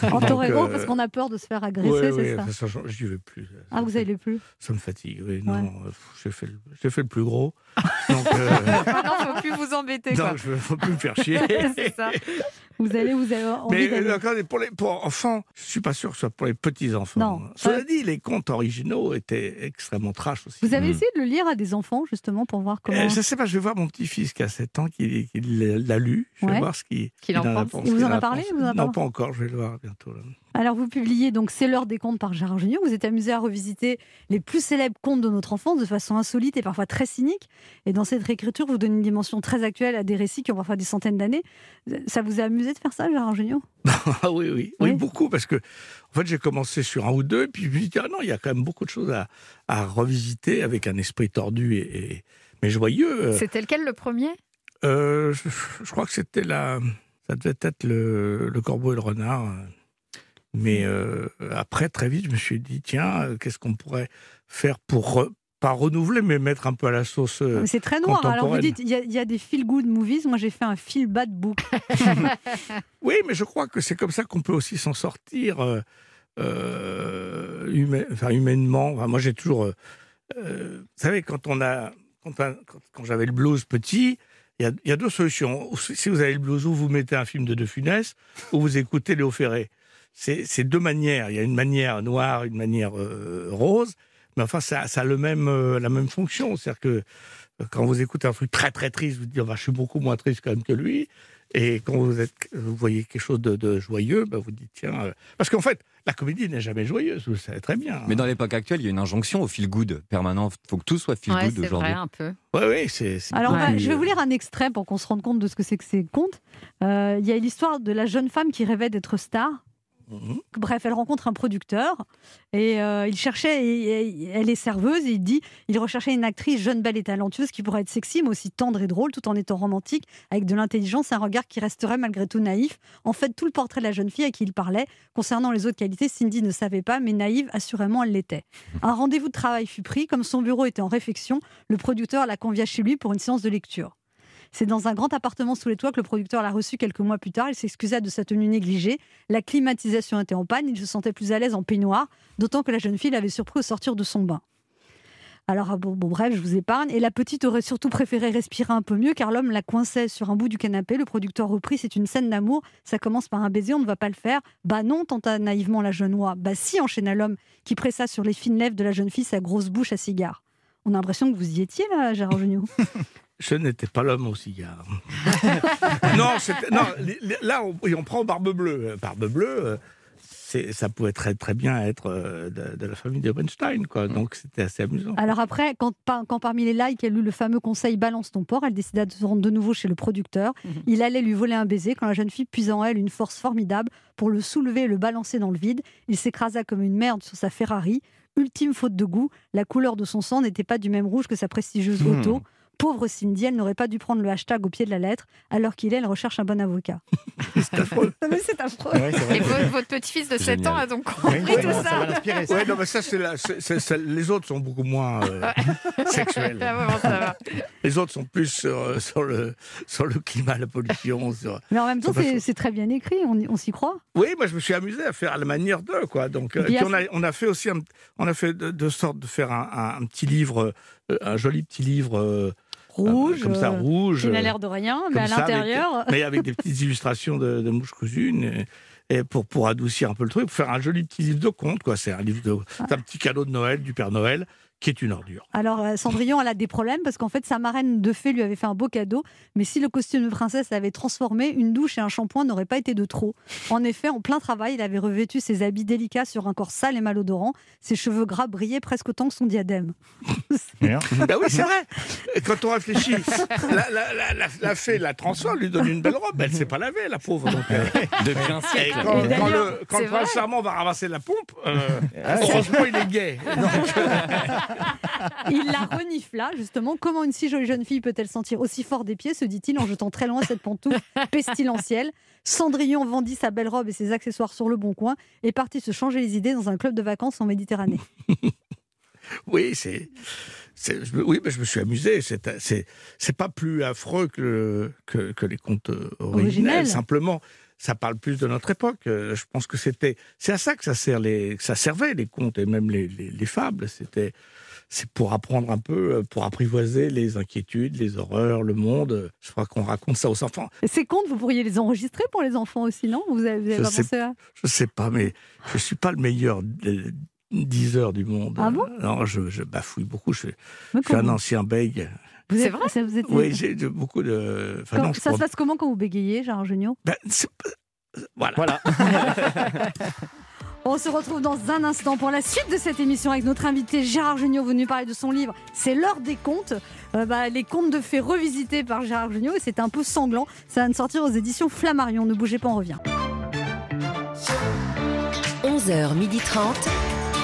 C: En
L: Donc,
C: torero,
L: euh,
C: parce qu'on a peur de se faire agresser,
L: ouais,
C: c'est
L: ouais,
C: ça
L: ça, ça, J'y vais plus.
C: Ah, vous avez plus
L: Ça me fatigue. oui,
C: Ouais.
L: Non, euh, pff, j'ai fait, le- j'ai fait le
C: [LAUGHS]
L: plus gros. Donc,
D: [LAUGHS]
L: euh,
C: Maintenant, faut plus vous embêter. quoi.
L: donc je ne veux plus me faire chier.
C: [LAUGHS] C'est ça. Vous allez, vous avez envie
L: Mais
C: d'aller-
L: euh, quand les- pour, les, pour enfants, je suis pas sûr que ce soit pour les petits-enfants. Hein.
C: Non.
L: Cela dit, les contes originaux étaient extrêmement trash aussi.
C: Vous avez essayé de le lire à des enfants, justement, pour voir comment.
L: Euh, je sais pas, je vais voir mon petit-fils qui a 7 ans, qui, qui l'a lu. Je vais
C: Ouais.
L: voir ce qu'il
C: Qu'il
L: il
C: en pense.
L: pense,
C: Il vous
L: qu'il
C: en a parlé,
L: pense.
C: vous en a
L: Non,
C: parlé
L: pas encore, je vais le voir bientôt. là. [LAUGHS]
C: Alors, vous publiez donc C'est l'heure des contes par Gérard Jugnot. Vous êtes amusé à revisiter les plus célèbres contes de notre enfance de façon insolite et parfois très cynique. Et dans cette réécriture, vous donnez une dimension très actuelle à des récits qui ont parfois des centaines d'années. Ça vous a amusé de faire ça, Gérard Jugnot
L: ah oui, oui, oui, beaucoup, parce que en fait, j'ai commencé sur un ou deux, puis je me suis dit, ah non, il y a quand même beaucoup de choses à, à revisiter avec un esprit tordu et, et- mais joyeux. Euh,
D: C'était lequel le
L: [LAUGHS]
D: premier
L: Euh, je, je crois que c'était la. Ça devait être le, le corbeau et le renard. Mais euh, après, très vite, je me suis dit, tiens, euh, qu'est-ce qu'on pourrait faire pour, re- pas renouveler, mais mettre un peu à la sauce. euh,
C: Mais C'est très noir. Alors, vous
L: contemporaine.
C: dites, il y, a- il y a des feel-good movies. Moi, j'ai fait un feel-bad book.
L: Oui, mais je crois que c'est comme ça qu'on peut aussi s'en sortir euh, euh, humain- enfin, humainement. Enfin, moi, j'ai toujours. euh, euh, vous savez, quand on a. Quand, un- quand- quand j'avais le blues petit, il y a, il y a deux solutions. Ou Si si vous avez le blues, ou vous mettez un film de De Funès, ou vous écoutez Léo Ferré. C'est c'est deux manières. Il y a une manière noire, une manière euh, rose. Mais enfin, ça, ça a le même, euh, la même fonction. C'est-à-dire que euh, quand vous écoutez un truc très très triste, vous dites Ah bah, Je suis beaucoup moins triste quand même que lui. Et quand vous, êtes, vous voyez quelque chose de, de joyeux, bah, vous dites Tiens. euh, Parce qu'en fait, la comédie n'est jamais joyeuse, vous le savez très bien.
A: Mais dans l'époque actuelle, il y a une injonction au feel good permanent. Il faut que tout soit feel good aujourd'hui.
D: peu.
L: Oui, oui, c'est. [LAUGHS] c'est
C: Alors, on va-
A: plus,
C: je vais
A: euh,
C: vous lire un extrait pour qu'on se rende compte de ce que c'est que ces contes. Euh, Il y a l'histoire de la jeune femme qui rêvait d'être star. Bref, elle rencontre un producteur et euh, il cherchait, et- et- elle est serveuse, et il dit, il recherchait une actrice jeune, belle et talentueuse qui pourrait être sexy, mais aussi tendre et drôle, tout en étant romantique, avec de l'intelligence, un regard qui resterait malgré tout naïf. En fait, tout le portrait de la jeune fille à qui il parlait, concernant les autres qualités, Cindy ne savait pas, mais naïve, assurément, elle l'était. Un rendez-vous de travail fut pris, comme son bureau était en réfection, le producteur la convia chez lui pour une séance de lecture. C'est dans un grand appartement sous les toits que le producteur l'a reçue quelques mois plus tard. Il s'excusa de sa tenue négligée. La climatisation était en panne. Il se sentait plus à l'aise en peignoir, d'autant que la jeune fille l'avait surpris au sortir de son bain. Alors, ah bon, bon, bref, je vous épargne. Et la petite aurait surtout préféré respirer un peu mieux car l'homme la coinçait sur un bout du canapé. Le producteur reprit C'est une scène d'amour. Ça commence par un baiser, on ne va pas le faire. Bah non, tenta naïvement la jeune oie. Bah si, enchaîna l'homme qui pressa sur les fines lèvres de la jeune fille sa grosse bouche à cigare. On a l'impression que vous y étiez là, Gérard Jugnot.
L: Je n'étais pas l'homme au cigare. [LAUGHS] non, c'était- non, li- li- là, on, et on prend Barbe Bleue. Euh, Barbe Bleue, euh, c'est- ça pouvait très, très bien être euh, de, de la famille de Weinstein, quoi.
D: Mm.
L: Donc, c'était assez amusant.
C: Alors après, quand, par- quand parmi les likes, elle eut le fameux conseil balance ton porc, elle décida de se rendre de nouveau chez le producteur.
L: Mhm.
C: Il allait lui voler un baiser quand la jeune fille puise en elle une force formidable pour le soulever et le balancer dans le vide. Il s'écrasa comme une merde sur sa Ferrari. Ultime faute de goût, la couleur de son sang n'était pas du même rouge que sa prestigieuse
K: Hmm.
C: auto. Pauvre Cindy, elle n'aurait pas dû prendre le hashtag au pied de la lettre, alors qu'il est, elle recherche un bon avocat. Non, Ah, mais c'est affreux.
D: Et votre, votre petit-fils de 7 ans a donc compris
L: Oui,
D: tout ça.
L: Ouais, non, mais ça, c'est la- c'est- c'est- c'est- les autres sont beaucoup moins euh, [LAUGHS] sexuels.
D: Ah ouais, bon, ça va.
L: Les autres sont plus sur, euh, sur le, sur le climat, la pollution. Sur...
C: Mais en même temps,
L: sur la
C: c'est c'est très bien écrit, on, y- on s'y croit.
L: Oui, moi je me suis amusé à faire à la manière d'eux, quoi. Donc, euh,
C: Et puis,
L: puis
C: à
L: on, a,
C: ce-
L: on a fait aussi, un- on a fait de, de sorte de faire un, un- un petit livre, euh, un joli petit livre euh,
C: Rouge.
L: comme ça,
C: euh,
L: rouge,
C: Qui n'a
L: euh,
C: l'air de rien,
L: comme
C: mais à
L: ça, avec- [LAUGHS]
C: l'intérieur.
L: mais avec des petites illustrations de, de mouches cousues. une- et pour, pour adoucir un peu le truc, pour faire un joli petit livre de contes. quoi. C'est un livre de,
C: Ah.
L: c'est un petit cadeau de Noël du Père Noël qui est une ordure.
C: Alors, euh, Cendrillon, elle a des problèmes parce qu'en fait, sa marraine de fée lui avait fait un beau cadeau. Mais si le costume de princesse avait transformé, une douche et un shampoing n'auraient pas été de trop. En effet, en plein travail, il avait revêtu ses habits délicats sur un corps sale et malodorant. Ses cheveux gras brillaient presque autant que son diadème.
L: [LAUGHS] Ben oui, c'est vrai. Quand on réfléchit, la, la- la- la- la fée la transforme, lui donne une belle robe. Elle ne s'est pas lavée, la pauvre. donc, euh,
A: [LAUGHS] Depuis un siècle.
L: Et quand,
A: Et
L: quand
A: d'ailleurs,
L: le, quand
A: c'est
L: le prince
A: vrai.
L: charmant va ramasser la pompe, euh, heureusement, il est gay. Donc, euh,
C: [LAUGHS] Il la renifla, justement. Comment une si jolie jeune fille peut-elle sentir aussi fort des pieds se dit-il en jetant très loin cette [LAUGHS] pantoufle pestilentielle. Cendrillon vendit sa belle robe et ses accessoires sur le bon coin et partit se changer les idées dans un club de vacances en Méditerranée.
L: oui, c'est. c'est- je me- oui, mais je me suis amusé. C'est c'est- c'est pas plus affreux que, le- que, que les contes euh, originels.
K: Originels.
L: Simplement, ça parle plus de notre époque. Euh, Je pense que c'était. C'est à ça que ça, sert les, que ça servait, les contes et même les, les- les fables. C'était. C'est pour apprendre un peu, euh, pour apprivoiser les inquiétudes, les horreurs, le monde. Je crois qu'on raconte ça aux enfants.
C: Ces contes, vous pourriez les enregistrer pour les enfants aussi, non Vous avez, vous avez
L: Je
C: pas
L: sais-
C: pensé à...
L: Je sais pas, mais je suis pas le meilleur euh, diseur du monde.
C: Ah bon
L: Non, je, je bafouille beaucoup. Je,
C: Mais
L: je suis un
C: comment
L: ancien bègue.
C: Vous êtes- ça vous êtes-
L: Oui, j'ai de- beaucoup de. enfin,
C: Quand-
L: non, je
C: ça se
L: crois-
C: passe comment quand vous bégayez, Gérard Jugnot
L: Ben, c'est pas- Voilà. [LAUGHS]
C: On se retrouve dans un instant pour la suite de cette émission avec notre invité Gérard Jugnot, venu parler de son livre C'est l'heure des contes. Euh, bah, les contes de fées revisités par Gérard Jugnot et c'est un peu sanglant. Ça va de sortir aux éditions Flammarion. Ne bougez pas, on revient.
B: 11h30.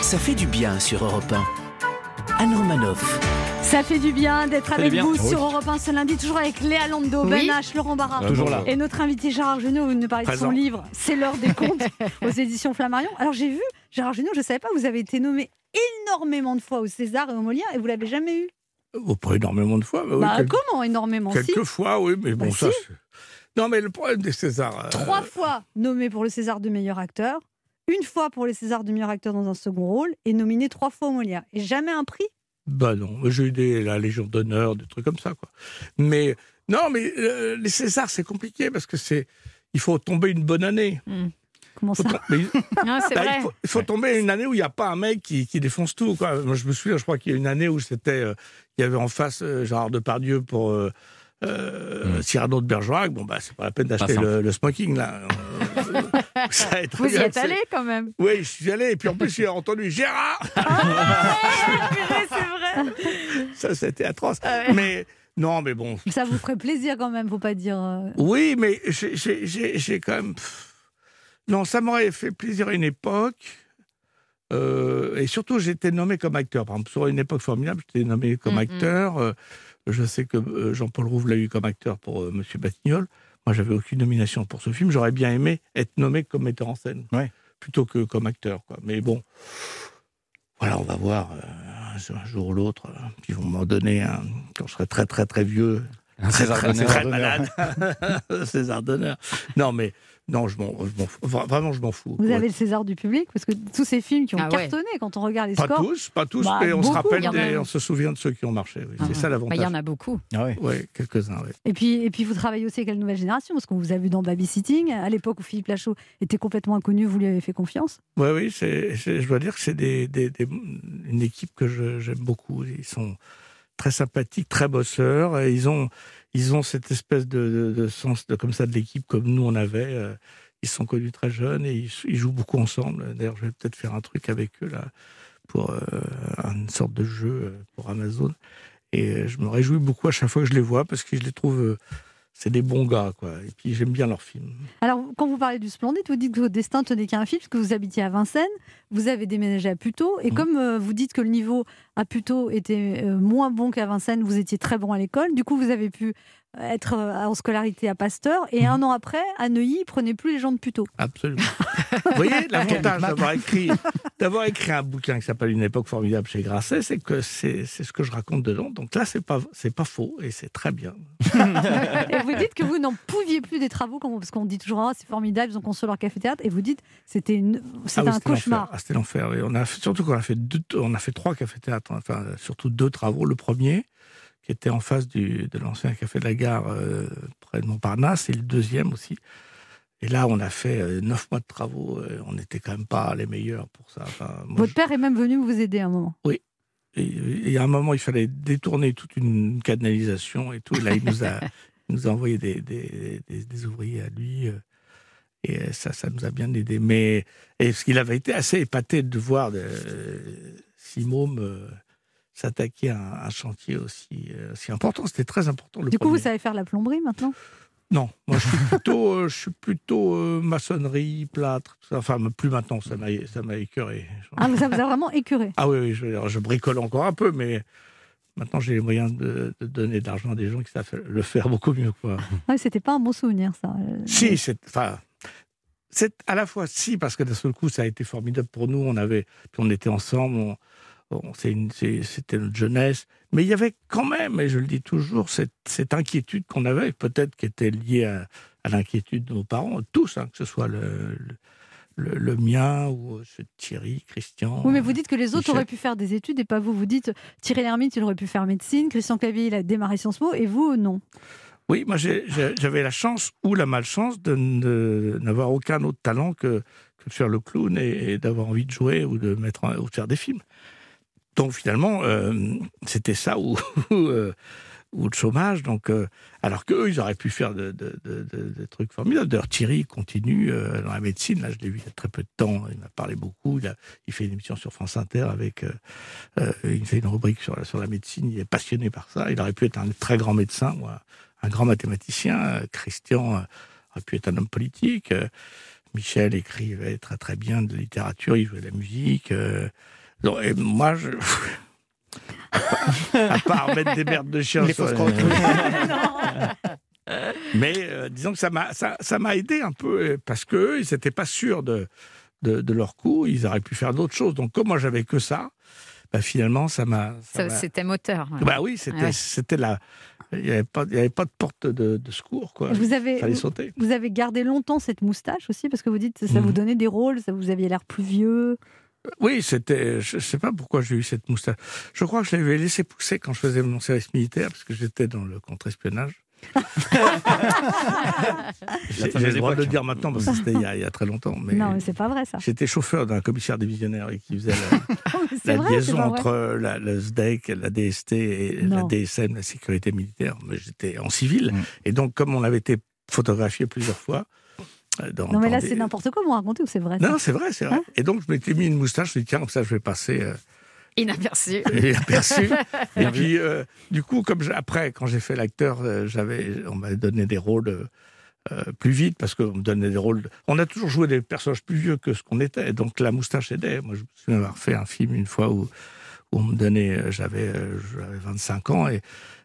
B: Ça fait du bien sur Europe 1. Anne Romanoff.
C: Ça fait du bien d'être
B: Ça fait
C: avec
B: du bien.
C: vous
B: Oui.
C: sur Europe 1 ce lundi, toujours avec Léa Lando,
B: Oui.
C: Ben H, Laurent Barra.
B: Ah, toujours là.
C: Et notre invité Gérard Jugnot, venu nous parler de son
B: Présent.
C: livre C'est l'heure des contes aux éditions Flammarion. Alors j'ai vu, Gérard Jugnot, je ne savais pas, vous avez été nommé énormément de fois au César et au Molière et vous l'avez jamais eu.
L: Oh, pas énormément de fois. mais oui,
C: bah,
L: Euh, quel-
C: comment énormément si.
L: Quelques fois, oui, mais bon,
C: Bah,
L: ça.
C: si.
L: c'est- Non, mais le problème des Césars. euh,
C: Trois fois nommé pour le César de meilleur acteur, une fois pour le César du meilleur acteur dans un second rôle et nominé trois fois au Molière. Et jamais un prix
L: Bah non, moi, j'ai eu des, la Légion d'honneur, des trucs comme ça, quoi. Mais non, mais euh, les Césars, c'est compliqué parce que c'est. Il faut tomber une bonne année.
C: Hmm. Comment ça [LAUGHS]
L: Bah, Il faut, il faut tomber une année où il n'y a pas un mec qui, qui défonce tout. Quoi. Moi, je me souviens, je crois qu'il y a une année où c'était, euh, il y avait en face euh, Gérard Depardieu pour euh, euh, Cyrano de Bergerac. Bon, bah, c'est pas la peine d'acheter
K: simple.
L: le, le smoking, là. Euh, ça être
D: Vous y êtes allé quand même.
L: Oui, je suis allé. Et puis en plus, il a entendu Gérard Ça, c'était atroce. Mais non, mais bon.
C: Ça vous ferait plaisir quand même, faut pas dire. euh,
L: Oui, mais j'ai- j'ai j'ai- j'ai quand même. pff. Non, ça m'aurait fait plaisir à une époque. Euh, et surtout, j'étais nommé comme acteur. Par exemple, sur une époque formidable, j'étais nommé comme
K: Mhm.
L: acteur. Euh, je sais que euh, Jean-Paul Rouve l'a eu comme acteur pour euh, Monsieur Batignolles. Moi, j'avais aucune nomination pour ce film. J'aurais bien aimé être nommé comme metteur en scène plutôt que comme acteur. Quoi. Mais bon, voilà, on va voir euh, un jour ou l'autre. euh, Ils vont m'en donner un hein, quand je serai très, très, très vieux.
A: Un
L: très,
A: César
L: très,
A: d'honneur.
L: très malade. [LAUGHS] César d'honneur. Non, mais non, je m'en, je m'en fous. Vra- Vraiment, je m'en fous.
C: Vous
L: Ouais.
C: avez le César du public parce que tous ces films qui ont
L: Ah ouais.
C: cartonné quand on regarde les
L: Pas
C: scores.
L: tous, pas tous,
C: Bah,
L: mais on
C: beaucoup,
L: se rappelle,
C: il y en a- Ah.
L: des- on se souvient de ceux qui ont marché. oui. C'est ça l'avantage.
D: Bah, il y en a beaucoup.
L: Ouais, quelques-uns, oui.
C: Et puis, et puis vous travaillez aussi avec la nouvelle génération, parce qu'on vous a vu dans Babysitting, à l'époque où Philippe Lachaud était complètement inconnu, vous lui avez fait confiance.
L: Oui, oui, c'est- c'est- je dois dire que c'est des- des- des- une équipe que je- j'aime beaucoup. Ils sont très sympathiques, très bosseurs. Et ils, ont, ils ont cette espèce de, de- de sens de, comme ça de l'équipe comme nous on avait. Euh, Ils sont connus très jeunes et ils, ils jouent beaucoup ensemble. D'ailleurs, je vais peut-être faire un truc avec eux là pour euh, une sorte de jeu euh, pour Amazon. Et euh, je me réjouis beaucoup à chaque fois que je les vois parce que je les trouve, euh, c'est des bons gars quoi. Et puis j'aime bien leurs films.
C: Alors, quand vous parlez du Splendide, vous dites que votre destin tenait qu'à un film, parce que vous habitiez à Vincennes, vous avez déménagé à Puteaux, et comme euh, vous dites que le niveau à Puteaux était euh, moins bon qu'à Vincennes, vous étiez très bon à l'école, du coup vous avez pu être euh, en scolarité à Pasteur, et un an après, à Neuilly, ils prenaient plus les gens de Puteaux.
L: Absolument. Vous voyez, l'avantage d'avoir écrit, d'avoir écrit un bouquin qui s'appelle Une époque formidable chez Grasset, c'est que c'est, c'est ce que je raconte dedans. Donc là, c'est pas, c'est pas faux et c'est très bien.
C: [LAUGHS] Et vous dites que vous n'en pouviez plus des travaux, quand vous- parce qu'on dit toujours Ah, c'est formidable, ils ont construit leur café-théâtre, et vous dites c'était une...
L: Ah
C: c'était
L: oui,
C: un
L: l'enfer.
C: cauchemar.
L: Ah, c'était l'enfer. oui. On a fait- surtout qu'on a fait deux, on a fait trois cafés théâtres. Enfin, surtout deux travaux. Le premier qui était en face du, de l'ancien café de la gare euh, près de Montparnasse et le deuxième aussi. Et là, on a fait euh, neuf mois de travaux. euh, on n'était quand même pas les meilleurs pour ça. Enfin, moi,
C: Votre père est même venu vous aider à un moment.
L: Oui. Et, et à un moment, il fallait détourner toute une canalisation et tout. Et là, il
C: [LAUGHS]
L: nous a, il nous a envoyé des, des- des- des ouvriers à lui. euh, Et euh, ça, ça nous a bien aidé. Mais et parce qu'il avait été assez épaté de voir de, six mômes euh, s'attaquer à un, un chantier aussi, euh, aussi important. C'était très important. Le
C: Du coup, vous
L: premier.
C: savez faire la plomberie maintenant
L: Non, moi je suis plutôt, euh, je suis plutôt euh, maçonnerie, plâtre, tout ça. enfin plus maintenant, ça m'a ça m'a écœuré.
C: Ah, mais Ça
L: [LAUGHS]
C: vous a vraiment écœuré.
L: Ah oui, oui, je, veux dire, je bricole encore un peu, mais maintenant j'ai les moyens de, de donner de l'argent à des gens qui savent le faire beaucoup mieux. Quoi.
C: Ouais, C'était pas un bon souvenir, ça. Euh,
L: si, c'est enfin, c'est à la fois si, parce que d'un seul coup ça a été formidable pour nous, on, avait, puis on était ensemble, on- on- c'est une- c'est- c'était notre jeunesse, mais il y avait quand même, et je le dis toujours, cette, cette inquiétude qu'on avait, peut-être qui était liée à, à l'inquiétude de nos parents, tous, hein, que ce soit le, le, le mien ou ceux de Thierry, Christian.
C: Oui, mais vous dites que les autres
L: Oh, Michel.
C: auraient pu faire des études et pas vous. Vous dites Thierry Lhermitte, il aurait pu faire médecine, Christian Clavier, il a démarré Sciences Po, et vous, non.
L: Oui, moi j'ai- j'ai- j'avais la chance ou la malchance de ne- n'avoir aucun autre talent que, que de faire le clown et, et d'avoir envie de jouer ou de, mettre en- ou de faire des films. Donc finalement, euh, c'était ça ou, [LAUGHS] ou, euh, ou le chômage. Donc, euh, alors qu'eux, ils auraient pu faire de- de- de- de- des trucs formidables. D'ailleurs, Thierry continue euh, dans la médecine. Là, je l'ai vu il y a très peu de temps. Il m'a parlé beaucoup. Il, a- il fait une émission sur France Inter avec. euh, euh, il fait une rubrique sur la, sur la médecine. Il est passionné par ça. Il aurait pu être un très grand médecin ou un, un grand mathématicien. Euh, Christian euh, aurait pu être un homme politique. Euh, Michel écrivait très très bien de littérature. Il jouait de la musique. Euh, non, et moi, je. [LAUGHS] à part mettre des merdes de chien
F: Les
L: sur
F: fausses
L: les- [LAUGHS] mais euh, disons que ça m'a ça, ça m'a aidé un peu euh, parce que eux, ils n'étaient pas sûrs de, de, de leur coup, ils auraient pu faire d'autres choses. Donc comme moi j'avais que ça, bah, finalement ça m'a
D: Ça,
L: ça m'a-
D: C'était moteur. ouais.
L: Ah bah oui c'était
D: Ouais.
L: c'était la il n'y avait, pas- il y avait pas de porte de, de secours quoi.
C: Vous avez,
L: fallait
C: vous-
L: sauter.
C: vous avez gardé longtemps cette moustache aussi, parce que vous dites ça vous
L: Mhm.
C: donnait des rôles, ça vous aviez l'air plus vieux.
L: Oui, c'était. Je sais pas pourquoi j'ai eu cette moustache. Je crois que je l'avais laissé pousser quand je faisais mon service militaire, parce que j'étais dans
E: [LAUGHS]
L: le contre-espionnage. J'ai j'ai
E: fameuse
L: le droit de le
E: époque. hein.
L: dire maintenant, parce que c'était il, y a- il y a très longtemps. Mais
C: Non, mais c'est pas
L: [LAUGHS]
C: vrai ça.
L: J'étais chauffeur d'un commissaire divisionnaire et qui faisait la,
C: Non, mais
L: la
C: [LAUGHS] C'est vrai, c'est
L: liaison
C: pas vrai.
L: entre euh, la, le SDEC, la DST et
C: Non.
L: la DSM, la sécurité militaire. Mais j'étais en civil.
E: Mm.
L: Et donc, comme on avait été photographié plusieurs fois. euh, Dans,
C: Non, mais
L: dans
C: là,
L: des-
C: c'est Hein n'importe quoi, vous racontez ou c'est vrai
L: Non,
C: ça
L: non, c'est vrai, c'est vrai. Et donc, je m'étais mis une moustache. Je me suis dit, tiens, comme ça, je vais passer. euh,
D: Inaperçu.
L: [LAUGHS]
D: [LAUGHS]
L: et aperçu. et puis, euh, du coup, comme j'ai- après, quand j'ai fait l'acteur, euh, j'avais, on m'a donné des rôles euh, euh, plus vite parce qu'on me donnait des rôles. On a toujours joué des personnages plus vieux que ce qu'on était. Donc la moustache aidait. Moi, je me souviens avoir fait un film une fois où, où on me donnait, euh, j'avais, euh, j'avais 25 ans et,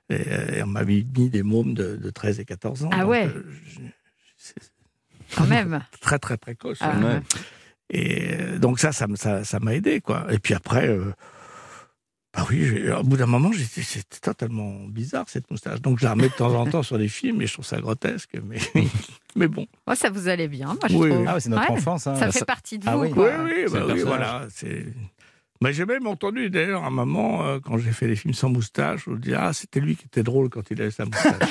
L: et, euh, et on m'avait mis des mômes de, de 13 et 14 ans.
D: Ah
L: Donc,
D: ouais.
L: euh, je-
D: Quand même.
L: très très précoce. hein.
D: Ah,
L: ouais.
D: ouais.
L: Et euh, donc ça, ça me- ça ça m'a aidé quoi. Et puis après, euh, bah oui, j'ai- au bout d'un moment, j'ai dit, c'était totalement bizarre cette moustache. Donc je la remets de temps en temps sur les films et je trouve ça grotesque, mais [LAUGHS] mais bon.
D: Moi, ça vous allait bien, moi, je
L: Oui,
D: trouve.
L: oui.
F: Ah ouais, c'est notre
D: Ouais.
F: enfance. hein.
D: Ça fait partie de vous,
F: Ah oui.
D: quoi.
L: Oui, oui,
F: C'est
L: bah
F: le
L: oui,
F: personnage.
L: voilà. c'est- Mais j'ai même entendu d'ailleurs à un moment, euh, quand j'ai fait les films sans moustache, on dit ah c'était lui qui était drôle quand il avait sa moustache.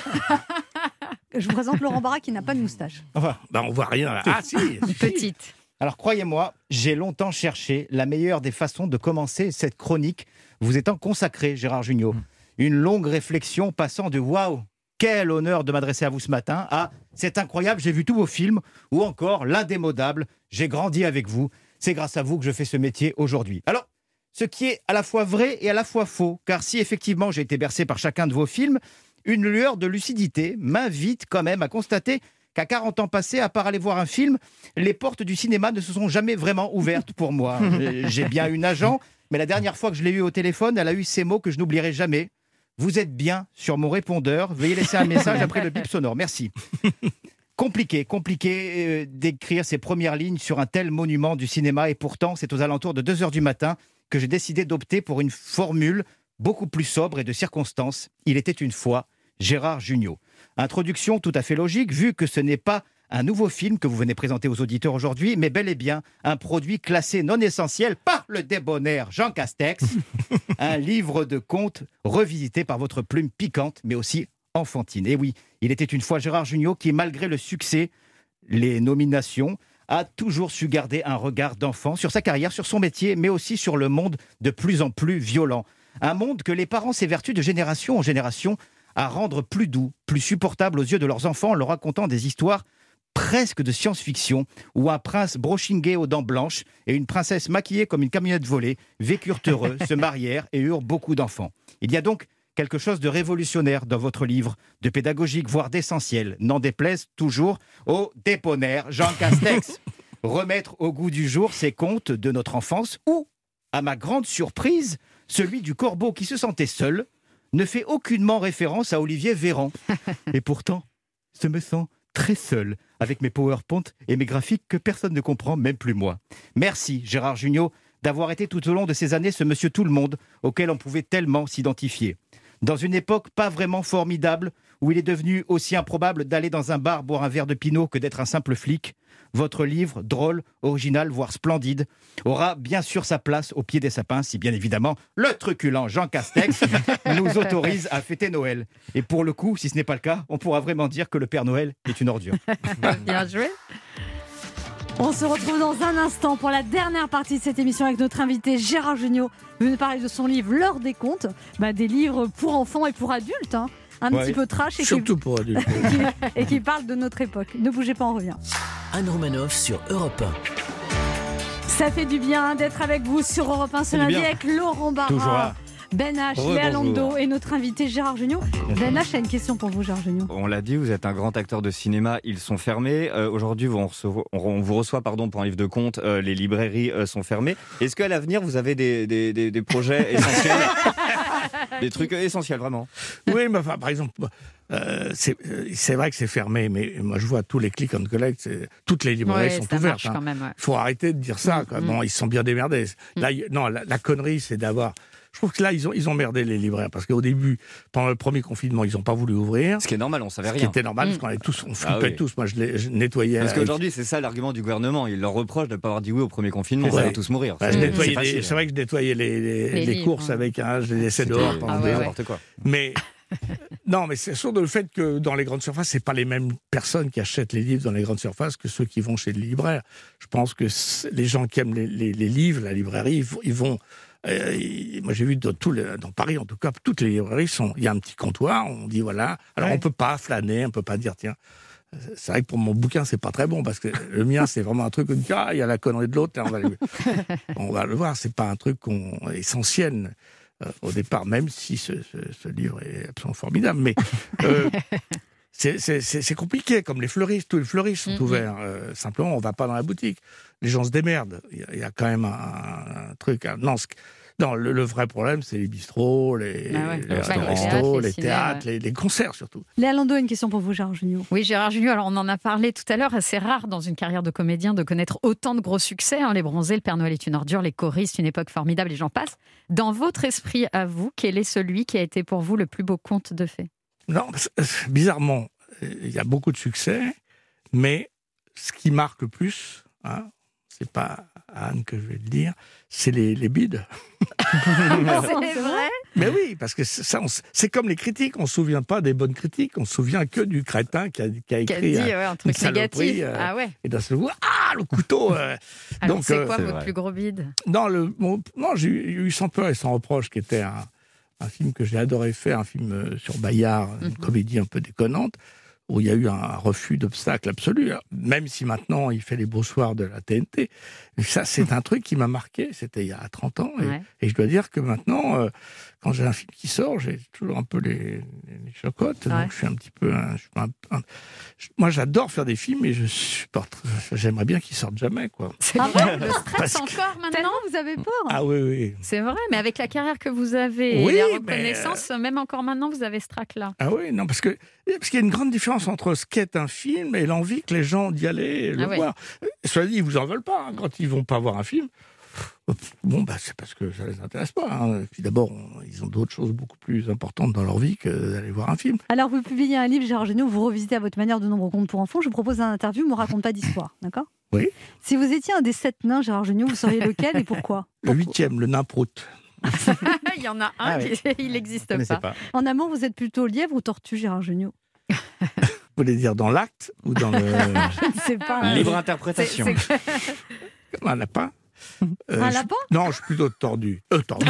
C: Je vous présente Laurent Barra qui n'a pas de moustache.
F: Enfin,
L: bah on voit rien. là. Ah si. si.
D: Petite.
F: Alors croyez-moi, j'ai longtemps cherché la meilleure des façons de commencer cette chronique, vous étant consacré, Gérard Jugnot. Une longue réflexion passant de Waouh, quel honneur de m'adresser à vous ce matin à C'est incroyable, j'ai vu tous vos films, ou encore L'indémodable, j'ai grandi avec vous, c'est grâce à vous que je fais ce métier aujourd'hui. Alors, ce qui est à la fois vrai et à la fois faux, car si effectivement j'ai été bercé par chacun de vos films, une lueur de lucidité m'invite quand même à constater qu'à 40 ans passés, à part aller voir un film, les portes du cinéma ne se sont jamais vraiment ouvertes pour moi. Euh, J'ai bien une agent, mais la dernière fois que je l'ai eue au téléphone, elle a eu ces mots que je n'oublierai jamais. Vous êtes bien sur mon répondeur, veuillez laisser un message après le bip sonore. Merci. Compliqué, compliqué euh, d'écrire ces premières lignes sur un tel monument du cinéma et pourtant c'est aux alentours de 2 heures du matin que j'ai décidé d'opter pour une formule beaucoup plus sobre et de circonstance. Il était une fois Gérard Jugnot. Introduction tout à fait logique vu que ce n'est pas un nouveau film que vous venez présenter aux auditeurs aujourd'hui, mais bel et bien un produit classé non essentiel par le débonnaire Jean Castex, un livre de contes revisité par votre plume piquante mais aussi enfantine. Et oui, il était une fois Gérard Jugnot qui, malgré le succès, les nominations, a toujours su garder un regard d'enfant sur sa carrière, sur son métier, mais aussi sur le monde de plus en plus violent. Un monde que les parents s'évertuent de génération en génération à rendre plus doux, plus supportable aux yeux de leurs enfants en leur racontant des histoires presque de science-fiction, où un prince brochingué aux dents blanches et une princesse maquillée comme une camionnette volée vécurent heureux, se marièrent et eurent beaucoup d'enfants. Il y a donc quelque chose de révolutionnaire dans votre livre, de pédagogique, voire d'essentiel. N'en déplaise toujours au déponnaire Jean Castex. Remettre au goût du jour ces contes de notre enfance ou, à ma grande surprise, celui du corbeau qui se sentait seul ne fait aucunement référence à Olivier Véran. Et pourtant, je me sens très seul avec mes PowerPoint et mes graphiques que personne ne comprend, même plus moi. Merci Gérard Jugnot d'avoir été tout au long de ces années ce monsieur tout le monde auquel on pouvait tellement s'identifier. Dans une époque pas vraiment formidable où il est devenu aussi improbable d'aller dans un bar boire un verre de pinot que d'être un simple flic, votre livre, drôle, original, voire splendide, aura bien sûr sa place au pied des sapins si bien évidemment le truculent Jean Castex nous autorise à fêter Noël. Et pour le coup, si ce n'est pas le cas, on pourra vraiment dire que le Père Noël est une ordure.
B: Ah.
D: Bien joué.
C: On se retrouve dans un instant pour la dernière partie de cette émission avec notre invité Gérard Jugnot, venu nous parler de son livre L'heure des contes, bah, des livres pour enfants et pour adultes, hein. un
L: Ouais.
C: petit peu trash et qui,
L: Surtout pour adultes.
C: [LAUGHS] et qui- et qui parle de notre époque. Ne bougez pas, on revient.
B: Anne Romanoff sur Europe
C: Ça fait du bien d'être avec vous sur Europe 1 ce
B: fait du
C: lundi
B: bien.
C: avec Laurent
B: Toujours
C: Barra,
B: là.
C: Ben H,
A: Rebonjour.
C: Léa Lando et notre invité Gérard Jugnot. Ben H a une question pour vous, Gérard Jugnot.
A: On l'a dit, vous êtes un grand acteur de cinéma, ils sont fermés. Euh, Aujourd'hui, vous- on, recevo- on- on vous reçoit pardon, pour un livre de contes, euh, les librairies euh, sont fermées. Est-ce qu'à l'avenir, vous avez des, des- des-
L: [LAUGHS]
A: des projets essentiels Des trucs essentiels, vraiment
L: Oui, mais enfin, par exemple, euh, c'est euh, c'est vrai que c'est fermé, mais moi je vois tous les click and collect, c'est- toutes les librairies
D: Ouais,
L: sont
D: ça
L: ouvertes.
D: marche
L: hein.
D: quand même, ouais.
L: faut arrêter de dire ça. quoi.
D: Mm.
L: Bon, ils se sont bien démerdés. Là, il- non, la, la connerie, c'est d'avoir. Je trouve que là, ils ont, ils ont merdé les libraires parce qu'au début, pendant le premier confinement, ils n'ont pas voulu ouvrir.
A: Ce qui est normal, on savait
L: Ce qui
A: rien.
L: était normal, parce
A: Mm.
L: qu'on avait tous, on
A: Ah
L: flippait
A: oui.
L: tous. Moi, je, les- je nettoyais.
A: Parce
L: avec-
A: qu'aujourd'hui, c'est ça l'argument du gouvernement. Ils leur reprochent de ne pas avoir dit oui au premier confinement.
L: Ouais.
A: On va tous mourir.
L: Bah, je
A: C'est-
L: nettoyais
A: c'est
L: les-
A: facile.
L: c'est vrai que je nettoyais les, les-
A: Les
L: les
A: livres,
L: courses avec un, je les laissais dehors pendant
A: Ah
L: des
A: ouais,
L: heures.
A: n'importe quoi.
L: Mais non, mais c'est sûr de le fait que dans les grandes surfaces, c'est pas les mêmes personnes qui achètent les livres dans les grandes surfaces que ceux qui vont chez le libraire. Je pense que c'est- les gens qui aiment les, les- les livres, la librairie, ils vont- ils vont. euh, ils- moi, j'ai vu dans, tout le- dans Paris, en tout cas, toutes les librairies sont. Il y a un petit comptoir. On dit voilà. Alors, on peut pas flâner, on peut pas dire tiens. euh, C'est vrai que pour mon bouquin, c'est pas très bon parce que le mien, c'est vraiment un truc où on dit, ah, il y a la connerie de l'autre, là, on va le- [LAUGHS] on va le voir, c'est pas un truc qu'on essentiel euh, au départ, même si ce, ce- ce livre est absolument formidable. Mais
D: [LAUGHS]
L: euh, c'est- c'est c'est- c'est compliqué, comme les fleuristes, tous les fleuristes sont
D: Mm-hmm.
K: Mhm.
L: ouverts. Euh, simplement, on va pas dans la boutique. Les gens se démerdent. Il y a- il y, a quand même un, un truc. un- non, ce- non, le, le vrai problème, c'est les bistrots, les,
D: Ah ouais.
L: les
D: Le
L: restaurants,
D: bal,
L: les,
D: les théâtres, les ciné,
L: théâtres,
D: ouais.
L: les- les concerts surtout.
C: Léa Lando a une question pour vous, Gérard Jugnot.
D: Oui, Gérard Junior, alors on en a parlé tout à l'heure, c'est rare dans une carrière de comédien de connaître autant de gros succès. hein. Les Bronzés, Le Père Noël est une ordure, Les Choristes, Une époque formidable et j'en passe. Dans votre esprit à vous, quel est celui qui a été pour vous le plus beau conte de fées
L: Non, parce- euh, bizarrement, euh, il y a beaucoup de succès, mais ce qui marque le plus, hein, c'est pas à Anne que je vais le dire, c'est les, les
D: [LAUGHS]
L: bides.
C: Ah,
L: [LAUGHS]
D: C'est vrai
L: mais oui, parce que c'est ça, on s- c'est comme les critiques, on se souvient pas des bonnes critiques, on se souvient que du crétin qui a, qui a
D: Qui a
L: écrit
D: dit,
L: euh,
D: ouais, un
L: une
D: truc
L: saloperie,
D: négatif.
L: euh,
D: Ah ouais.
L: Et d'un seul coup, ah, le couteau euh,
D: Alors
L: donc,
D: c'est
L: euh,
D: quoi votre plus gros bide
L: non, le, mon- non j'ai eu eu Sans peur et sans reproche, qui était un, un film que j'ai adoré faire, un film euh, sur Bayard,
D: Mhm.
L: une comédie un peu déconnante, où il y a eu un refus d'obstacle absolu, hein. même si maintenant il fait les beaux soirs de la TNT. Et ça, c'est un truc qui m'a marqué, c'était il y a 30 ans, et,
D: Ouais.
L: et je dois dire que maintenant, euh, quand j'ai un film qui sort, j'ai toujours un peu les, les- les chocottes,
D: Ouais.
L: donc je suis un petit peu... un- je suis un- un- je- moi, j'adore faire des films, mais je supporte... J'aimerais bien qu'ils sortent jamais, quoi.
D: Ah bon, le stress
L: Parce que-
D: encore maintenant
C: Vous avez peur
L: Ah oui, oui.
D: C'est vrai, mais avec la carrière que vous avez
L: Oui,
D: et la
L: mais,
D: reconnaissance, même encore maintenant, vous avez ce trac-là.
L: Ah oui, non, parce que parce qu'il y a une grande différence entre ce qu'est un film et l'envie que les gens d'y aller le
D: Ah ouais.
L: voir. Euh, Cela dit, ils vous en veulent pas hein, quand ils vont pas voir un film. pff, Bon, bah, c'est parce que ça les intéresse pas. hein. Et Puis d'abord, on- ils ont d'autres choses beaucoup plus importantes dans leur vie que d'aller voir un film.
C: Alors, vous publiez un livre, Gérard Jugnot, vous revisitez à votre manière de nombreux contes pour enfants. Je vous propose un interview, me raconte pas d'histoire, [COUGHS] d'accord
L: Oui.
C: Si vous étiez un des sept nains, Gérard Jugnot, vous seriez lequel et pourquoi
L: [LAUGHS] Le huitième, le nain prout.
D: [LAUGHS] Il y en a un
L: Ah ouais.
D: qui il n'existe
L: connaissais
D: pas.
L: pas.
C: En amont, vous êtes plutôt lièvre ou tortue, Gérard Jugnot
L: Vous voulez dire dans l'acte
C: [LAUGHS]
L: ou dans le.
K: Je ne sais pas.
L: Libre interprétation.
K: C'est- c'est-
L: Comme un lapin. Euh,
K: Un
L: je-
K: lapin
L: Non, je suis plutôt tordu. Euh, tordu.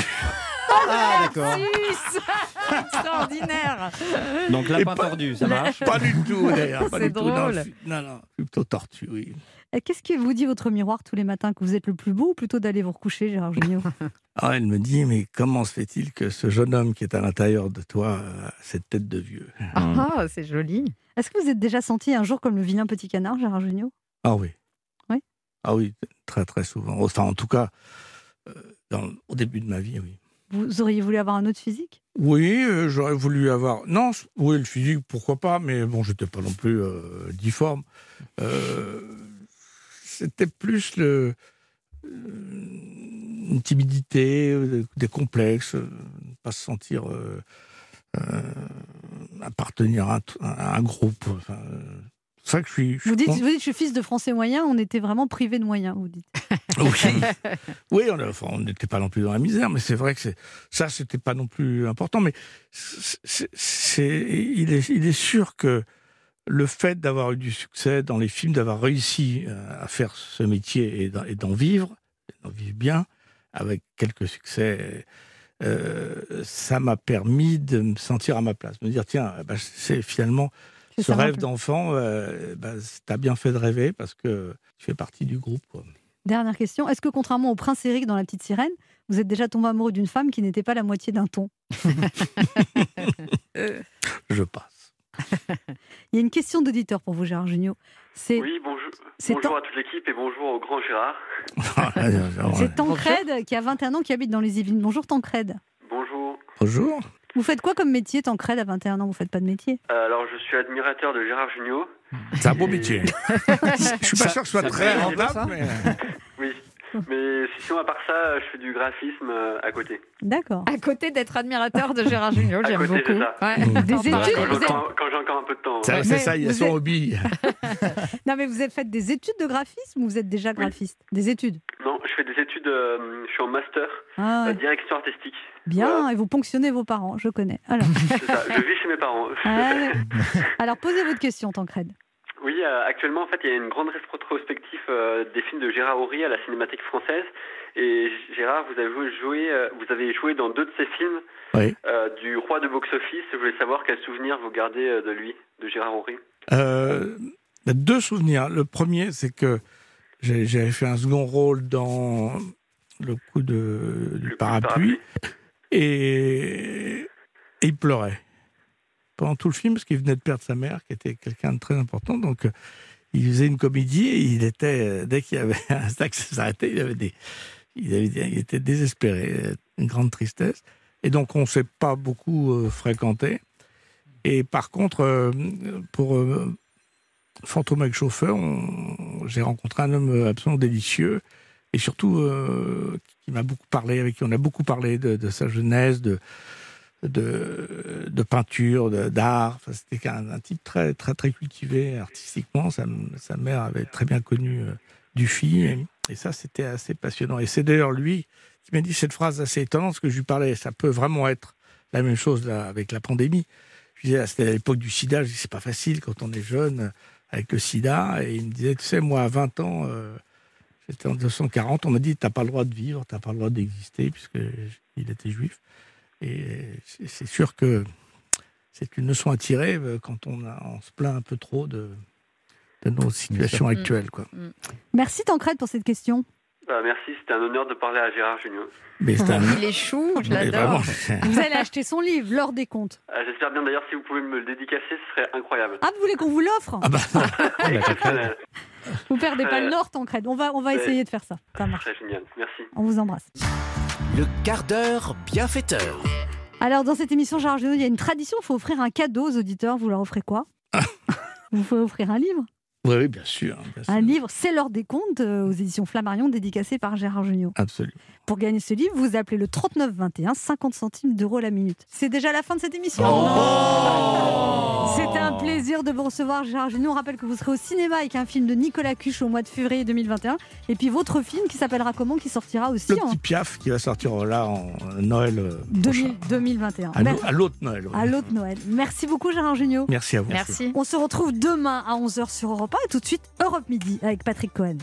K: Ah,
L: d'accord.
C: [LAUGHS]
K: Extraordinaire
A: Donc
L: lapin
A: tordu, ça marche
L: [LAUGHS] Pas du
A: [LAUGHS]
L: tout, d'ailleurs. pas
C: C'est
L: du tout. Non,
C: drôle.
L: je suis- Non, non, je suis plutôt tordu, oui.
C: [LAUGHS] Et Qu'est-ce qui vous dit votre miroir tous les matins Que vous êtes le plus beau ou plutôt d'aller vous recoucher, Gérard Jugnot
D: [LAUGHS]
L: Ah, elle me dit, mais comment se fait-il que ce jeune homme qui est à l'intérieur de toi a cette tête de vieux
C: Ah, c'est joli. Est-ce que vous êtes déjà senti un jour comme le vilain petit canard, Gérard Jugnot
L: Ah oui.
C: Oui
L: Ah oui, très très souvent. Enfin, en tout cas, euh, dans- au début de ma vie, oui.
C: Vous auriez voulu avoir un autre physique
L: Oui, euh, j'aurais voulu avoir. Non, c- oui, le physique, pourquoi pas, mais bon, j'étais pas non plus euh, difforme. Euh, C'était plus le. euh, une timidité, euh, des complexes, euh, ne pas se sentir. euh, euh, appartenir à, un t- à un groupe. Enfin, euh, c'est ça que je suis. je suis
C: vous dites,
L: con-
C: vous dites, je suis fils de Français moyen, on était vraiment privé de moyens, vous dites.
L: Oui, on a- enfin, on n'était pas non plus dans la misère, mais c'est vrai que c'est- ça, c'était pas non plus important. Mais c'est- c'est- c'est- il, est, il est sûr que le fait d'avoir eu du succès dans les films, d'avoir réussi euh, à faire ce métier et d'en- et d'en vivre, et d'en vivre bien, avec quelques succès, euh, ça m'a permis de me sentir à ma place, me dire tiens, bah, c'est finalement
C: C'est
L: ce
C: ça,
L: rêve
C: Jean-Pierre.
L: d'enfant, euh, bah, t'as bien fait de rêver parce que tu fais partie du groupe. quoi.
C: Dernière question, est-ce que contrairement au prince Eric dans La Petite Sirène, vous êtes déjà tombé amoureux d'une femme qui n'était pas la moitié d'un
L: [LAUGHS]
C: ton
L: Je passe.
C: Il y a une question d'auditeur pour vous, Gérard Jugnot. C'est
M: Oui, bonjour,
C: C'est
M: bonjour à toute l'équipe et bonjour au grand Gérard.
L: Ah,
C: c'est Tancred qui a 21 ans, qui habite dans les Yvelines. Bonjour Tancred.
M: [LAUGHS] Bonjour.
L: Bonjour.
C: Vous faites quoi comme métier, Tancred, à 21 ans Vous faites pas de métier
M: Euh, Alors, je suis admirateur de Gérard Jugnot.
L: C'est un beau
M: [LAUGHS]
L: métier. [LAUGHS] Je suis pas sûr que ce soit très rentable, mais.
M: Oui. Mais sinon, à part ça, je fais du graphisme euh, à côté.
C: D'accord.
D: À côté d'être admirateur de Gérard
C: Oh,
D: Jugnot,
M: À
D: j'aime
M: côté,
D: beaucoup.
M: c'est ça.
D: Ouais.
C: Des
M: Quand j'ai
C: études,
M: encore-
C: vous êtes-
M: Quand, j'ai encore un peu de temps. hein.
L: Ça,
M: ouais.
L: c'est ça, il a
C: vous
L: son
C: êtes-
L: hobby.
C: Non, mais vous avez fait des études de graphisme ou vous êtes déjà graphiste Des études
M: Non, je fais des études, euh, je suis en master,
C: Ah,
M: euh, direction artistique. Euh.
C: Bien, et vous ponctionnez vos parents, je connais.
M: [LAUGHS]
C: Alors,
M: C'est ça, je vis chez mes parents.
C: allez.
M: [LAUGHS]
C: Alors, posez votre question, Tancred.
M: Oui, euh, actuellement, en fait, il y a une grande rétrospective euh, des films de Gérard Horry à la Cinémathèque française. Et Gérard, vous avez joué, joué, euh, vous avez joué dans deux de ses films euh, du roi de box-office. Je voulais savoir quel souvenir vous gardez euh, de lui, de Gérard Horry.
L: Euh, deux souvenirs. Le premier, c'est que j'ai- j'avais fait un second rôle dans le coup de, du parapluie. Et, et il pleurait pendant tout le film parce qu'il venait de perdre sa mère, qui était quelqu'un de très important. Donc, euh, il faisait une comédie et il était, euh, dès qu'il y avait [LAUGHS] un sac qui s'arrêtait, il avait des. Il, avait des- il était désespéré, euh, une grande tristesse. Et donc, on ne s'est pas beaucoup euh, fréquenté. Et par contre, euh, pour euh, Fantôme avec chauffeur, on- j'ai rencontré un homme absolument délicieux et surtout euh, qui m'a beaucoup parlé, avec qui on a beaucoup parlé de, de sa jeunesse, de, de, de peinture, de- d'art. Enfin, C'était un, un type très, très, très cultivé artistiquement. Sa, sa mère avait très bien connu euh, Dufy et, et ça, c'était assez passionnant. Et c'est d'ailleurs lui qui m'a dit cette phrase assez étonnante, parce que je lui parlais, ça peut vraiment être la même chose là, avec la pandémie. Je disais, ah, c'était à l'époque du sida, je dis, c'est pas facile quand on est jeune euh, avec le sida. Et il me disait, tu sais, moi, à 20 ans, euh, j'étais en 1940, on m'a dit, t'as pas le droit de vivre, t'as pas le droit d'exister, puisque j- il était juif. Et c'est- c'est sûr que c'est une leçon à tirer euh, quand on, a- on se plaint un peu trop de, de nos situations
C: Bien sûr.
L: actuelles. Quoi.
C: Mm. Merci, Tancred, pour cette question.
M: Bah, merci, c'était un honneur de parler à Gérard Junior.
L: Mais c'est un-
C: est chou,
L: je Mais l'adore. vraiment.
C: Vous allez acheter son livre, L'heure des comptes.
M: Euh, J'espère bien d'ailleurs si vous pouvez me le dédicacer, ce serait incroyable. [LAUGHS]
C: Ah, vous voulez qu'on vous l'offre
L: bah,
M: Exceptionnel.
C: [LAUGHS] Vous perdez pas
M: Euh,
C: l'or, Tancred. On va, on va
M: ouais.
C: essayer de faire ça. Ça marche.
M: Très génial, merci.
C: On vous embrasse.
B: Le quart d'heure bienfaiteur.
C: Alors, dans cette émission, Gérard
L: [LAUGHS]
C: Jugnot, il y a une tradition il faut offrir un cadeau aux auditeurs. Vous leur offrez quoi Vous pouvez offrir un livre
L: Oui, oui, bien sûr. bien sûr.
C: Un livre, c'est l'heure des comptes, euh, aux éditions Flammarion, dédicacé par Gérard Jugnot.
L: Absolument.
C: Pour gagner ce livre, vous appelez le 3921, 50 centimes d'euros la minute. C'est déjà la fin de cette émission.
D: Oh.
C: C'était un plaisir de vous recevoir, Gérard Jugnot. On rappelle que vous serez au cinéma avec un film de Nicolas Cuche au mois de février 2021. Et puis votre film qui s'appellera comment, qui sortira aussi
L: Le
C: en
L: petit Piaf qui va sortir là en Noël. euh,
C: 2000 2021.
L: à l'au-
C: Mer-
L: à l'autre Noël. oui.
C: à l'autre Noël. Merci beaucoup, Gérard Jugnot.
L: Merci à vous. Merci.
C: On se retrouve demain à 11h sur Europe 1 et tout de suite Europe Midi avec Patrick Cohen.